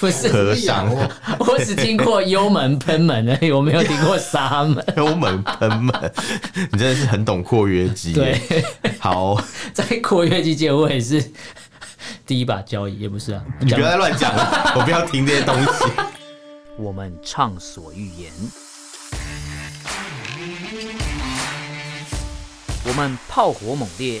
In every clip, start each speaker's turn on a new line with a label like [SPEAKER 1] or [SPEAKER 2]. [SPEAKER 1] 不是
[SPEAKER 2] 和尚
[SPEAKER 1] 我 只听过幽门喷门而已，我没有听过沙门。
[SPEAKER 2] 幽门喷门， 你真的是很懂括约肌。
[SPEAKER 1] 对，
[SPEAKER 2] 好，
[SPEAKER 1] 在括约肌界，我也是 第一把交椅，也不是啊。
[SPEAKER 2] 你不要再乱讲了， 我不要听这些东西。
[SPEAKER 1] 我们畅所欲言，我们炮火猛烈，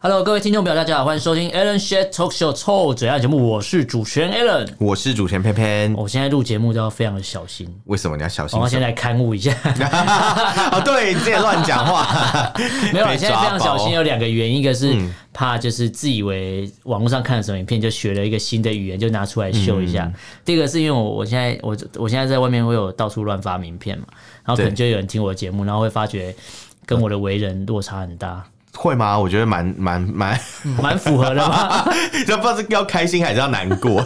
[SPEAKER 1] Hello，各位听众朋友，大家好，欢迎收听 Alan s h a t Talk Show 臭嘴爱节目，我是主持人 Alan。
[SPEAKER 2] 我是主持人偏偏，
[SPEAKER 1] 我现在录节目都要非常的小心，
[SPEAKER 2] 为什么你要小心
[SPEAKER 1] 我要
[SPEAKER 2] 什
[SPEAKER 1] 先
[SPEAKER 2] 么？
[SPEAKER 1] 来刊物一下，
[SPEAKER 2] 哦，对，你自己乱 讲话，
[SPEAKER 1] 没有啦，
[SPEAKER 2] 被
[SPEAKER 1] 现在
[SPEAKER 2] 抓
[SPEAKER 1] 非常小心，
[SPEAKER 2] 包嗯
[SPEAKER 1] 有两个原因，一个是怕就是自以为网络上看了什么影片就学了一个新的语言，就拿出来秀一下；
[SPEAKER 2] 嗯
[SPEAKER 1] 第二个是因为我我现在我我现在在外面会有到处乱发名片嘛，然后可能就有人听我的节目，然后会发觉跟我的为人落差很 大，
[SPEAKER 2] 会吗？我觉得蛮蛮蛮，
[SPEAKER 1] 蛮符合的嘛。
[SPEAKER 2] 这不知道是要开心还是要难 过，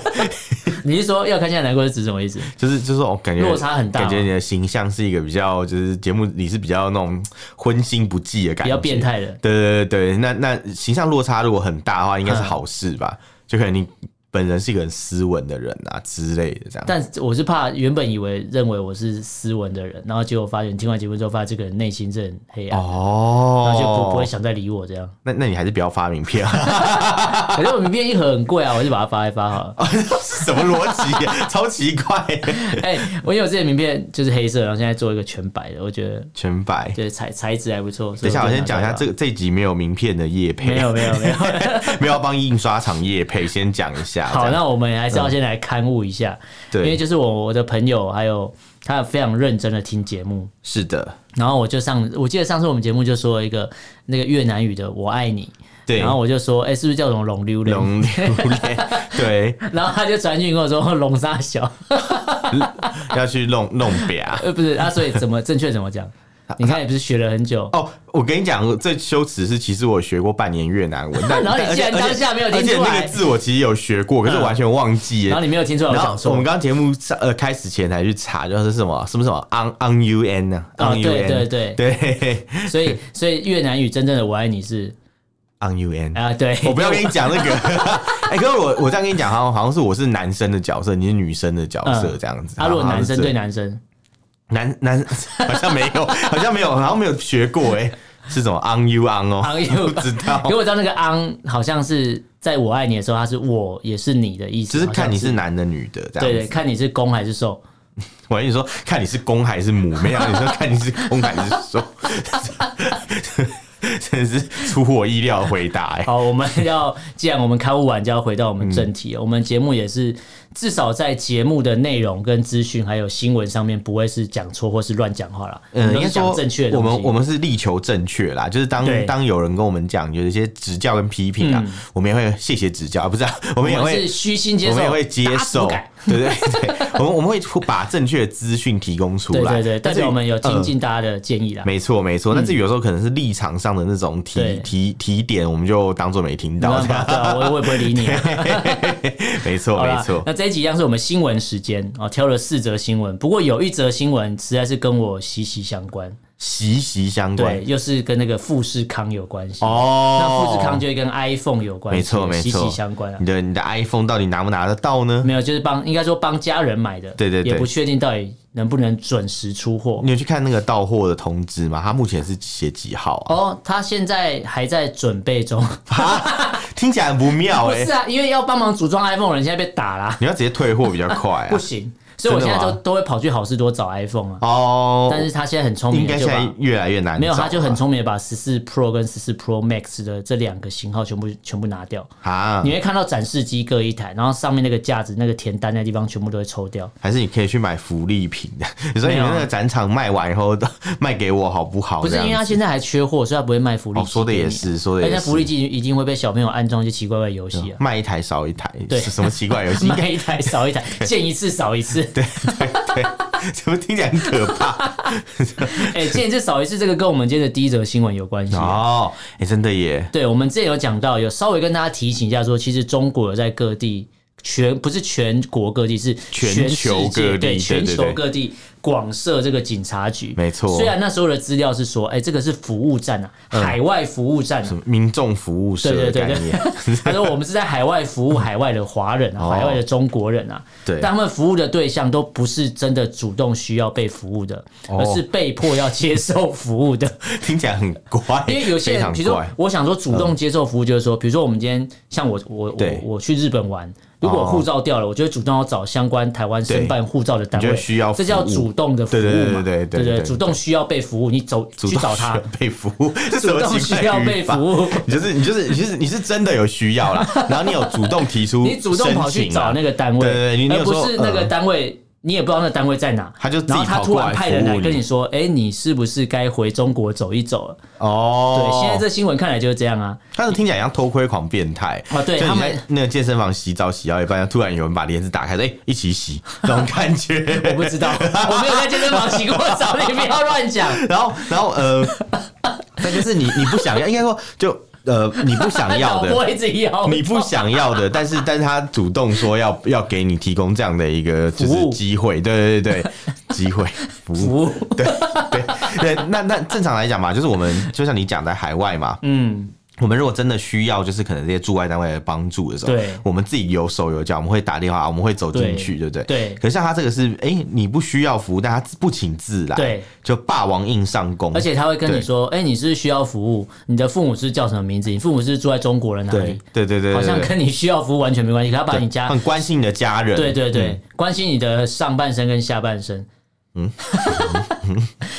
[SPEAKER 1] 你是说要看现在难过是指什么意思？
[SPEAKER 2] 就是就是我感觉
[SPEAKER 1] 落差很大
[SPEAKER 2] 感觉你的形象是一个比较，就是节目里是比较那种荤腥不忌的感
[SPEAKER 1] 比
[SPEAKER 2] 觉，
[SPEAKER 1] 较变。态的。
[SPEAKER 2] 对对对对，那那形象落差如果很大的话，应该
[SPEAKER 1] 嗯
[SPEAKER 2] 是好事吧？就可能你本人是一个很斯文的人啊之类的这样。
[SPEAKER 1] 但我是怕原本以为认为我是斯文的人，然后结果发现听完节目之后，发现这个人内心是很黑暗，然
[SPEAKER 2] 哦，
[SPEAKER 1] 后就不不会想再理我这 样。
[SPEAKER 2] 那那你还是不要发名片，啊
[SPEAKER 1] 可是我名片一盒很贵啊，我就把它发一发好了。
[SPEAKER 2] 是 什么逻 辑啊？超奇怪，
[SPEAKER 1] 哎、我有这些名片就是黑色，然后现在做一个全白的，我觉得
[SPEAKER 2] 全白。
[SPEAKER 1] 对材材质还不错。
[SPEAKER 2] 等一下，我先讲一下这
[SPEAKER 1] 个。
[SPEAKER 2] 个这一集没有名片的叶配，
[SPEAKER 1] 没有没有没有。
[SPEAKER 2] 没有要帮印刷厂叶配，先讲一下。
[SPEAKER 1] 好，
[SPEAKER 2] 这样
[SPEAKER 1] 那我们还是要先来刊物一下，因为
[SPEAKER 2] 对，
[SPEAKER 1] 就是我我的朋友还有他非常认真的听节目，
[SPEAKER 2] 是的，
[SPEAKER 1] 然后我就上，我记得上次我们节目就说了一个那个越南语的“我爱你”，
[SPEAKER 2] 对
[SPEAKER 1] 然后我就说，哎、是不是叫什么龙溜溜？
[SPEAKER 2] 龙榴莲， 对，
[SPEAKER 1] 然后他就传讯跟我说龙沙 小，
[SPEAKER 2] 要去弄弄表。
[SPEAKER 1] 呃，不是啊，所以怎么正确怎么讲？ 你看也不是学了很久，
[SPEAKER 2] 哦，我跟你讲，最羞耻是，其实我有学过半年越南文，但
[SPEAKER 1] 然后你
[SPEAKER 2] 但
[SPEAKER 1] 竟然
[SPEAKER 2] 而且
[SPEAKER 1] 当下没有听
[SPEAKER 2] 而且
[SPEAKER 1] 出来嗯
[SPEAKER 2] 那个字我其实有学过，可是我完全忘记
[SPEAKER 1] 然后
[SPEAKER 2] 了。
[SPEAKER 1] 你没有听出来我
[SPEAKER 2] 然
[SPEAKER 1] 讲
[SPEAKER 2] 后我
[SPEAKER 1] 错
[SPEAKER 2] 们。刚刚节目上呃开始前才去查，就是什么什么什么 on on u n 呢
[SPEAKER 1] 哦
[SPEAKER 2] ？on u
[SPEAKER 1] 对
[SPEAKER 2] n
[SPEAKER 1] 对对
[SPEAKER 2] 对
[SPEAKER 1] 所以，所以越南语真正的“我爱你是”
[SPEAKER 2] on u n
[SPEAKER 1] 啊，对，
[SPEAKER 2] 我不要跟你讲那个。 哎、可是我我这样跟你讲，好像好像是我是男生的角色，你是女生的角色
[SPEAKER 1] 嗯
[SPEAKER 2] 这样子。
[SPEAKER 1] 啊，如果
[SPEAKER 2] 好像
[SPEAKER 1] 男
[SPEAKER 2] 是
[SPEAKER 1] 生
[SPEAKER 2] 这
[SPEAKER 1] 对
[SPEAKER 2] 样
[SPEAKER 1] 男生，
[SPEAKER 2] 男男好像没有，好像没有，好像没有学过哎、是什么 on you on 哦
[SPEAKER 1] On you
[SPEAKER 2] 不知道
[SPEAKER 1] 因为。我知道那个“昂”好像是在我爱你的时候，他是我也是你的意思，
[SPEAKER 2] 就是
[SPEAKER 1] 好
[SPEAKER 2] 看
[SPEAKER 1] 像
[SPEAKER 2] 你是男的女的这样
[SPEAKER 1] 对
[SPEAKER 2] 子。
[SPEAKER 1] 对，看你是公还是受。
[SPEAKER 2] 我跟你说，看你是公还是母，没有你说看你是公还 是受，真的是出乎我意料的回 答哎、
[SPEAKER 1] 好，我们要既然我们开悟完，就要回到我们
[SPEAKER 2] 嗯
[SPEAKER 1] 正题了。我们节目也是至少在节目的内容、跟资讯还有新闻上面，不会是讲错或是乱讲话啦。我
[SPEAKER 2] 嗯，
[SPEAKER 1] 们
[SPEAKER 2] 应
[SPEAKER 1] 都
[SPEAKER 2] 该
[SPEAKER 1] 是讲
[SPEAKER 2] 说
[SPEAKER 1] 正确的
[SPEAKER 2] 我
[SPEAKER 1] 东西
[SPEAKER 2] 们我们是力求正确啦，就是当
[SPEAKER 1] 对嗯
[SPEAKER 2] 当有人跟我们讲有一些指教跟批评啊，我们也会谢谢指教，啊不是、啊，我们也
[SPEAKER 1] 我们
[SPEAKER 2] 会
[SPEAKER 1] 是虚心接
[SPEAKER 2] 我
[SPEAKER 1] 受，
[SPEAKER 2] 们也会接
[SPEAKER 1] 打死不
[SPEAKER 2] 受
[SPEAKER 1] 改，
[SPEAKER 2] 对对对，我们我们会把正确的资讯提供出
[SPEAKER 1] 对
[SPEAKER 2] 来，
[SPEAKER 1] 对对，代
[SPEAKER 2] 但是
[SPEAKER 1] 表我们有精
[SPEAKER 2] 呃
[SPEAKER 1] 进大家的建议啦。
[SPEAKER 2] 没错，没错。但是有时候可能是立场上的那种
[SPEAKER 1] 嗯对
[SPEAKER 2] 提提提点，我们就当做没听
[SPEAKER 1] 没
[SPEAKER 2] 到
[SPEAKER 1] 办。法，对啊，我我也不会理你啊。
[SPEAKER 2] 没错，
[SPEAKER 1] 好啦
[SPEAKER 2] 没错。
[SPEAKER 1] 那这一集一样是我们新闻时间哦，挑了四则新闻，不过有一则新闻实在是跟我息息相关，
[SPEAKER 2] 息息相关
[SPEAKER 1] 对，。又是跟那个富士康有关系。那
[SPEAKER 2] 哦，
[SPEAKER 1] 富士康就会跟 iPhone 有关系，
[SPEAKER 2] 没错，没
[SPEAKER 1] 息
[SPEAKER 2] 错，
[SPEAKER 1] 息相关啊
[SPEAKER 2] 哦你。的你的 iPhone 到底拿不拿得到呢？
[SPEAKER 1] 没有，就是帮应该说帮家人买的，
[SPEAKER 2] 对对对
[SPEAKER 1] 也不确定到底能不能准时出货。
[SPEAKER 2] 你有去看那个到货的通知吗？它目前是写几号啊？
[SPEAKER 1] 哦，他现在还在准备 中，
[SPEAKER 2] 听起来很不
[SPEAKER 1] 哦
[SPEAKER 2] 妙
[SPEAKER 1] 不
[SPEAKER 2] 哎
[SPEAKER 1] 是。啊，因为要帮忙组装 iPhone 的人现在被打啦，
[SPEAKER 2] 你要直接退货比较快
[SPEAKER 1] 不
[SPEAKER 2] 啊。
[SPEAKER 1] 行，所以我现在都
[SPEAKER 2] 真的吗
[SPEAKER 1] 都会跑去好事多找 iPhone 啊。
[SPEAKER 2] 哦，
[SPEAKER 1] 但是他现在很聪明
[SPEAKER 2] 应
[SPEAKER 1] 的
[SPEAKER 2] 该
[SPEAKER 1] 就
[SPEAKER 2] 现
[SPEAKER 1] 把
[SPEAKER 2] 在越来越难找啊。
[SPEAKER 1] 没有，他就很聪明的把十四 Pro 跟十四 Pro Max 的这两个型号全部全部拿掉，
[SPEAKER 2] 啊
[SPEAKER 1] 你。会看到展示机各一台，然后上面那个架子那个填单的地方全部都会抽掉。
[SPEAKER 2] 还是你可以去买福利品的， 所以你们那个展场卖完以后卖给我好不好？
[SPEAKER 1] 啊不是因为他现在还缺货，所以他不会卖福利
[SPEAKER 2] 哦，
[SPEAKER 1] 机
[SPEAKER 2] 说的
[SPEAKER 1] 给
[SPEAKER 2] 也
[SPEAKER 1] 你
[SPEAKER 2] 是，说的
[SPEAKER 1] 而
[SPEAKER 2] 也
[SPEAKER 1] 且
[SPEAKER 2] 是
[SPEAKER 1] 福，利机一定会被小朋友安装一些奇怪怪的游戏啊，
[SPEAKER 2] 卖一台少一台，
[SPEAKER 1] 对
[SPEAKER 2] 是什么奇怪游戏？应该
[SPEAKER 1] 买一台少一台，见一次少一次。对
[SPEAKER 2] 对， 怎么听起来很可 怕？
[SPEAKER 1] 哎、今天就少一次这个跟我们今天的第一则新闻有关系。
[SPEAKER 2] 哦，哎、真的耶，
[SPEAKER 1] 对，我们之前有讲到，有稍微跟大家提醒一下说其实中国有在各地全不是全国各地，是
[SPEAKER 2] 全球
[SPEAKER 1] 世界
[SPEAKER 2] 各
[SPEAKER 1] 对
[SPEAKER 2] 地对
[SPEAKER 1] 全
[SPEAKER 2] 对
[SPEAKER 1] 球
[SPEAKER 2] 对
[SPEAKER 1] 各地广设这个警察局。
[SPEAKER 2] 没错嗯
[SPEAKER 1] 虽然那时候的资料是说，哎、这个是服务站啊，海外服务站、啊。
[SPEAKER 2] 民众服务社
[SPEAKER 1] 对
[SPEAKER 2] 的
[SPEAKER 1] 对
[SPEAKER 2] 概
[SPEAKER 1] 对
[SPEAKER 2] 念，
[SPEAKER 1] 对，他说我们是在海外服务海外的华人啊，
[SPEAKER 2] 哦
[SPEAKER 1] 海外的中国人啊，
[SPEAKER 2] 对
[SPEAKER 1] 但他们服务的对象都不是真的主动需要被服务的，
[SPEAKER 2] 哦
[SPEAKER 1] 而是被迫要接受服务的。
[SPEAKER 2] 听起来很怪，
[SPEAKER 1] 因为有些
[SPEAKER 2] 非
[SPEAKER 1] 人，
[SPEAKER 2] 常
[SPEAKER 1] 比如说
[SPEAKER 2] 怪，嗯
[SPEAKER 1] 我想说主动接受服务，就是说，比如说我们今天像我我我
[SPEAKER 2] 对
[SPEAKER 1] 我去日本玩，如果
[SPEAKER 2] 哦
[SPEAKER 1] 护照掉了，我就会主动要找相关台湾申办护照的单
[SPEAKER 2] 哦你
[SPEAKER 1] 位，
[SPEAKER 2] 就需要
[SPEAKER 1] 这叫
[SPEAKER 2] 服务
[SPEAKER 1] 主动的服务嘛？
[SPEAKER 2] 对对对对
[SPEAKER 1] 对
[SPEAKER 2] 对对
[SPEAKER 1] 主动需要被服务，你走
[SPEAKER 2] 主
[SPEAKER 1] 去
[SPEAKER 2] 动
[SPEAKER 1] 找
[SPEAKER 2] 需要
[SPEAKER 1] 他，
[SPEAKER 2] 被服 务，这什
[SPEAKER 1] 主
[SPEAKER 2] 么
[SPEAKER 1] 动
[SPEAKER 2] 奇怪
[SPEAKER 1] 需要
[SPEAKER 2] 的
[SPEAKER 1] 被
[SPEAKER 2] 语法
[SPEAKER 1] 服 务。
[SPEAKER 2] 你就是你就是你就是你是真的有需要 啦，然后你有主动提出，啊
[SPEAKER 1] 你主动跑去找那
[SPEAKER 2] 个，
[SPEAKER 1] 个单位，
[SPEAKER 2] 对对对你你
[SPEAKER 1] 而
[SPEAKER 2] 有
[SPEAKER 1] 不
[SPEAKER 2] 说
[SPEAKER 1] 是那个
[SPEAKER 2] 嗯
[SPEAKER 1] 单位，你也不知道那单位在哪，
[SPEAKER 2] 他就自己
[SPEAKER 1] 然后他
[SPEAKER 2] 跑
[SPEAKER 1] 突
[SPEAKER 2] 过
[SPEAKER 1] 然
[SPEAKER 2] 来
[SPEAKER 1] 派人
[SPEAKER 2] 服务
[SPEAKER 1] 来跟
[SPEAKER 2] 你
[SPEAKER 1] 你说，哎，你是不是该回中国走一走了？
[SPEAKER 2] 哦，
[SPEAKER 1] 对，现在这新闻看来就是这样啊。
[SPEAKER 2] 但是听起来像偷窥狂变态
[SPEAKER 1] 啊对
[SPEAKER 2] 就
[SPEAKER 1] 他
[SPEAKER 2] 你
[SPEAKER 1] 们
[SPEAKER 2] 在那个健身房洗澡洗到一半，突然有人把帘子打开，哎、一起洗那种感
[SPEAKER 1] 我
[SPEAKER 2] 觉。
[SPEAKER 1] 不知道，我没有在健身房洗过澡，你不要乱讲。
[SPEAKER 2] 然后，然后呃，但就是你你不想要，应该说就呃你不想要
[SPEAKER 1] 导播
[SPEAKER 2] 的。
[SPEAKER 1] 一直摇头，
[SPEAKER 2] 你不想要的，但是但是他主动说要要给你提供这样的一个就
[SPEAKER 1] 服
[SPEAKER 2] 是
[SPEAKER 1] 务
[SPEAKER 2] 机会，对对对对，机会服务
[SPEAKER 1] 服务，
[SPEAKER 2] 对对对，那那正常来讲嘛，就是我们就像你讲在海外嘛，
[SPEAKER 1] 嗯，
[SPEAKER 2] 我们如果真的需要，就是可能这些驻外单位的帮助的时候，
[SPEAKER 1] 对
[SPEAKER 2] 我们自己有手有脚，我们会打电话，我们会走进去，对不对？
[SPEAKER 1] 对
[SPEAKER 2] 可是像他这个是，哎、你不需要服务，但他不请自来，
[SPEAKER 1] 对，
[SPEAKER 2] 就霸王硬上弓，
[SPEAKER 1] 而且他会跟你说，哎，你是不是需要服务，你的父母是叫什么名字？你父母是住在中国的哪
[SPEAKER 2] 对
[SPEAKER 1] 里？
[SPEAKER 2] 对对对对，
[SPEAKER 1] 好像
[SPEAKER 2] 对
[SPEAKER 1] 跟你需要服务完全没关系，可他把你家
[SPEAKER 2] 很关心你的家人，
[SPEAKER 1] 对对
[SPEAKER 2] 嗯
[SPEAKER 1] 对，关心你的上半身跟下半身。嗯，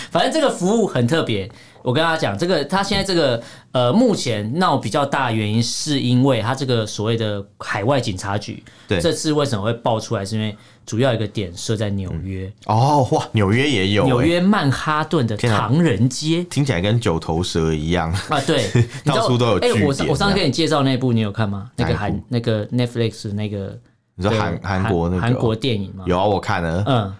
[SPEAKER 1] 反正这个服务很特别。我跟大家讲，这个他现在这个呃，目前闹比较大的原因，是因为他这个所谓的海外警察局，
[SPEAKER 2] 对
[SPEAKER 1] 这次为什么会爆出来，是因为主要有一个点设在纽约，
[SPEAKER 2] 哦哇，纽约也有、
[SPEAKER 1] 纽、
[SPEAKER 2] 诶
[SPEAKER 1] 约曼哈顿的
[SPEAKER 2] 天啊
[SPEAKER 1] 唐人街。
[SPEAKER 2] 听起来跟九头蛇一样，
[SPEAKER 1] 啊，对， 你知道
[SPEAKER 2] 到处都有
[SPEAKER 1] 哎、
[SPEAKER 2] 据
[SPEAKER 1] 我
[SPEAKER 2] 点
[SPEAKER 1] 我上次
[SPEAKER 2] 这样
[SPEAKER 1] 给你介绍那部，你有看吗？那
[SPEAKER 2] 哪
[SPEAKER 1] 个
[SPEAKER 2] 一部
[SPEAKER 1] 韩那个 Netflix 的那个，
[SPEAKER 2] 你说
[SPEAKER 1] 对
[SPEAKER 2] 韩韩国那个
[SPEAKER 1] 韩国电影吗？
[SPEAKER 2] 有啊，我看了，
[SPEAKER 1] 嗯，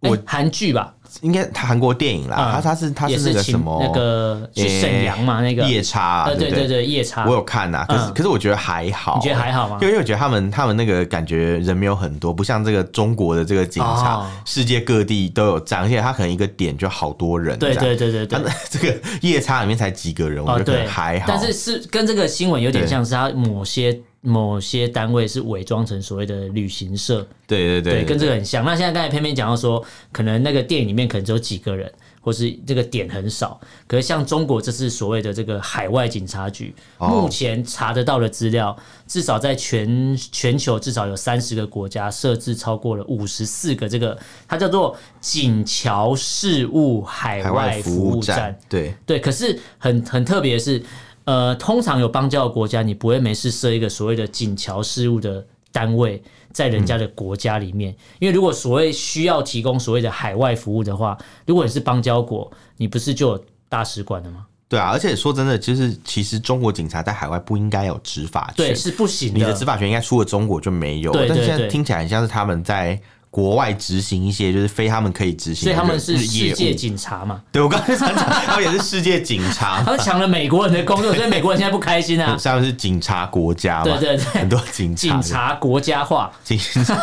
[SPEAKER 1] 哎
[SPEAKER 2] 我
[SPEAKER 1] 韩剧吧，
[SPEAKER 2] 应该他韩国电影啦，
[SPEAKER 1] 嗯
[SPEAKER 2] 他他是他
[SPEAKER 1] 也
[SPEAKER 2] 那个
[SPEAKER 1] 秦
[SPEAKER 2] 什么
[SPEAKER 1] 那个去
[SPEAKER 2] 诶
[SPEAKER 1] 沈阳嘛，那个
[SPEAKER 2] 夜叉啊、
[SPEAKER 1] 呃对
[SPEAKER 2] 不
[SPEAKER 1] 对对夜叉，
[SPEAKER 2] 我有看呐、可是、
[SPEAKER 1] 嗯
[SPEAKER 2] 可是我觉得还好、哎
[SPEAKER 1] 你觉得还好吗
[SPEAKER 2] 因为因为我觉得他们他们那个感觉人没有很多，不像这个中国的这个警察，
[SPEAKER 1] 哦
[SPEAKER 2] 世界各地都有站，而且他可能一个点就好多人这
[SPEAKER 1] 对
[SPEAKER 2] 样。
[SPEAKER 1] 对对对
[SPEAKER 2] 他
[SPEAKER 1] 对
[SPEAKER 2] 们。 这个夜叉里面才几个人，我
[SPEAKER 1] 哦，
[SPEAKER 2] 觉得可
[SPEAKER 1] 对，
[SPEAKER 2] 能还好。
[SPEAKER 1] 但是是跟这个新闻有点
[SPEAKER 2] 对
[SPEAKER 1] 像是，它某些某些单位是伪装成所谓的旅行社，
[SPEAKER 2] 对对
[SPEAKER 1] 对，
[SPEAKER 2] 对
[SPEAKER 1] 跟这个很像。那现在刚才偏偏讲到说，可能那个店里面可能只有几个人，或是这个点很少。可是像中国这次所谓的这个海外警察局，
[SPEAKER 2] 哦
[SPEAKER 1] 目前查得到的资料，至少在全全球至少有三十个国家设置超过了五十四个这个，它叫做警侨事务海
[SPEAKER 2] 海
[SPEAKER 1] 外
[SPEAKER 2] 外
[SPEAKER 1] 服
[SPEAKER 2] 服
[SPEAKER 1] 务
[SPEAKER 2] 务
[SPEAKER 1] 站
[SPEAKER 2] 站。，对
[SPEAKER 1] 对，可是很很特别的是，呃，通常有邦交的国家，你不会没事设一个所谓的警侨事务的单位在人
[SPEAKER 2] 嗯
[SPEAKER 1] 家的国家里面，因为如果所谓需要提供所谓的海外服务的话，如果你是邦交国，你不是就有大使馆了吗？
[SPEAKER 2] 对啊！而且说真的，就是其实中国警察在海外不应该有执法权，
[SPEAKER 1] 对，是不行
[SPEAKER 2] 你的
[SPEAKER 1] 的
[SPEAKER 2] 执。法权应该出了中国就没有，
[SPEAKER 1] 对对
[SPEAKER 2] 但是现在
[SPEAKER 1] 对
[SPEAKER 2] 听起来很像是他们在国外执行一些就是非他们可以执
[SPEAKER 1] 所
[SPEAKER 2] 行的
[SPEAKER 1] 以
[SPEAKER 2] 业务，
[SPEAKER 1] 他们是世界警察嘛，
[SPEAKER 2] 对我刚才想讲，他们也是世界警 察
[SPEAKER 1] 他
[SPEAKER 2] 嘛，
[SPEAKER 1] 们抢了美国人的工作，所以美国人现在不开心啊。
[SPEAKER 2] 他们 是警察国家嘛，
[SPEAKER 1] 对对对
[SPEAKER 2] 很多警察，
[SPEAKER 1] 警察国家化，
[SPEAKER 2] 警察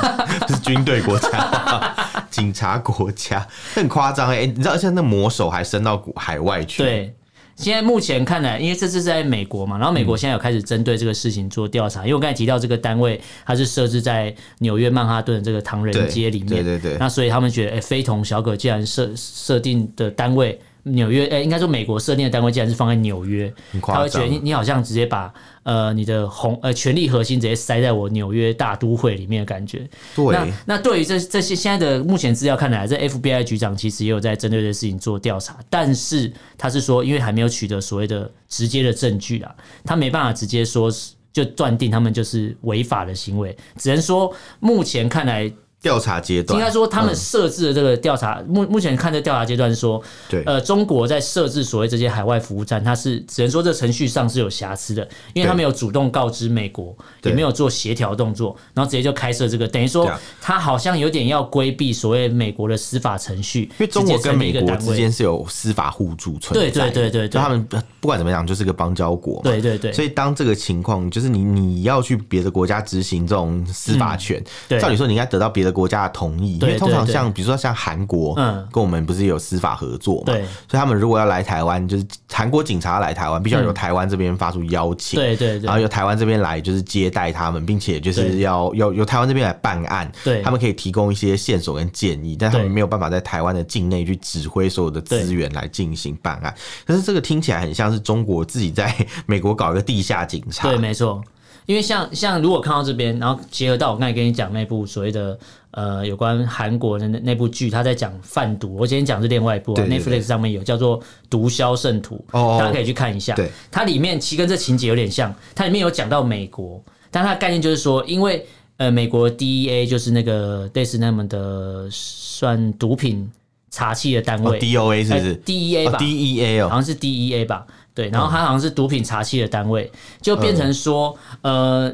[SPEAKER 2] 不是军队国家， 警察国家很夸张哎，你知道现在那魔手还伸到海外去，，
[SPEAKER 1] 对，现在目前看来，因为这次是在美国嘛，然后美国现在有开始针对这个事情做调
[SPEAKER 2] 嗯
[SPEAKER 1] 查，因为我刚才提到这个单位，它是设置在纽约曼哈顿这个唐人街里面，
[SPEAKER 2] 对对对
[SPEAKER 1] 那所以他们觉得，哎、非同小可，既然设设定的单位。纽约，哎、应该说美国设定的单位竟然是放在纽约，
[SPEAKER 2] 很
[SPEAKER 1] 他
[SPEAKER 2] 夸
[SPEAKER 1] 会觉
[SPEAKER 2] 张
[SPEAKER 1] 得，你你好像直接把呃你的红呃权力核心直接塞在我纽约大都会里面的感觉。那
[SPEAKER 2] 对。
[SPEAKER 1] 那对于这这些现在的目前资料看来，这 FBI 局长其实也有在针对这事情做调查，但是他是说，因为还没有取得所谓的直接的证据啊，他没办法直接说是就断定他们就是违法的行为，只能说目前看来。
[SPEAKER 2] 调查阶段，
[SPEAKER 1] 应该说他们设置的这个调查，目、目前看的调查阶段是说，
[SPEAKER 2] 对
[SPEAKER 1] 呃，中国在设置所谓这些海外服务站，它是只能说这程序上是有瑕疵的，因为他没有主动告知美国，
[SPEAKER 2] 对
[SPEAKER 1] 也没有做协调动作，然后直接就开设这个，等于说
[SPEAKER 2] 对啊
[SPEAKER 1] 他好像有点要规避所谓美国的司法程序，因
[SPEAKER 2] 因为中国跟美国之间
[SPEAKER 1] 间，
[SPEAKER 2] 是有司法互助存在
[SPEAKER 1] 对
[SPEAKER 2] 的，
[SPEAKER 1] 对对对对
[SPEAKER 2] 就他们不管怎么样，就是个邦交国嘛，
[SPEAKER 1] 对对对
[SPEAKER 2] 所以当这个情况，就是你你要去别的国家执行这种司法权，
[SPEAKER 1] 嗯对
[SPEAKER 2] 照理说你应该得到别的国家的同意，因
[SPEAKER 1] 对
[SPEAKER 2] 为通常
[SPEAKER 1] 对对
[SPEAKER 2] 像比如说像韩国，
[SPEAKER 1] 嗯
[SPEAKER 2] 跟我们不是有司法合作嘛，
[SPEAKER 1] 对
[SPEAKER 2] 所以他们如果要来台湾，就是韩国警察来台湾，必须要由台湾这边发出邀请，
[SPEAKER 1] 嗯对对对
[SPEAKER 2] 然后由台湾这边来就是接待他们，并且就是
[SPEAKER 1] 对
[SPEAKER 2] 要要由台湾这边来办案，
[SPEAKER 1] 对
[SPEAKER 2] 他们可以提供一些线索跟建议，但他们
[SPEAKER 1] 对
[SPEAKER 2] 没有办法在台湾的境内去指挥所有的资源来进行办案。可是这个听起来很像是中国自己在 美国搞一个地下警察，
[SPEAKER 1] 对，没错。因为像像如果看到这边，然后结合到我刚才跟你讲那部所谓的呃有关韩国的那那部剧，他在讲贩毒。我今天讲的是另外一部、啊、
[SPEAKER 2] 对对对
[SPEAKER 1] Netflix 上面有叫做《毒枭圣徒》，
[SPEAKER 2] 哦
[SPEAKER 1] 大家可以去看一下。
[SPEAKER 2] 对，
[SPEAKER 1] 它里面其实跟这情节有点像，它里面有讲到美国，但它的概念就是说，因为呃美国 DEA 就是那个类似那么的算毒品查缉的单
[SPEAKER 2] 哦
[SPEAKER 1] 位、
[SPEAKER 2] ，DOA 是不
[SPEAKER 1] 呃
[SPEAKER 2] 是、
[SPEAKER 1] DEA 吧、
[SPEAKER 2] d e a
[SPEAKER 1] 好
[SPEAKER 2] 哦，
[SPEAKER 1] 像是 DEA 吧，对，
[SPEAKER 2] 嗯
[SPEAKER 1] 然后它好像是毒品查缉的单位，就变成说，呃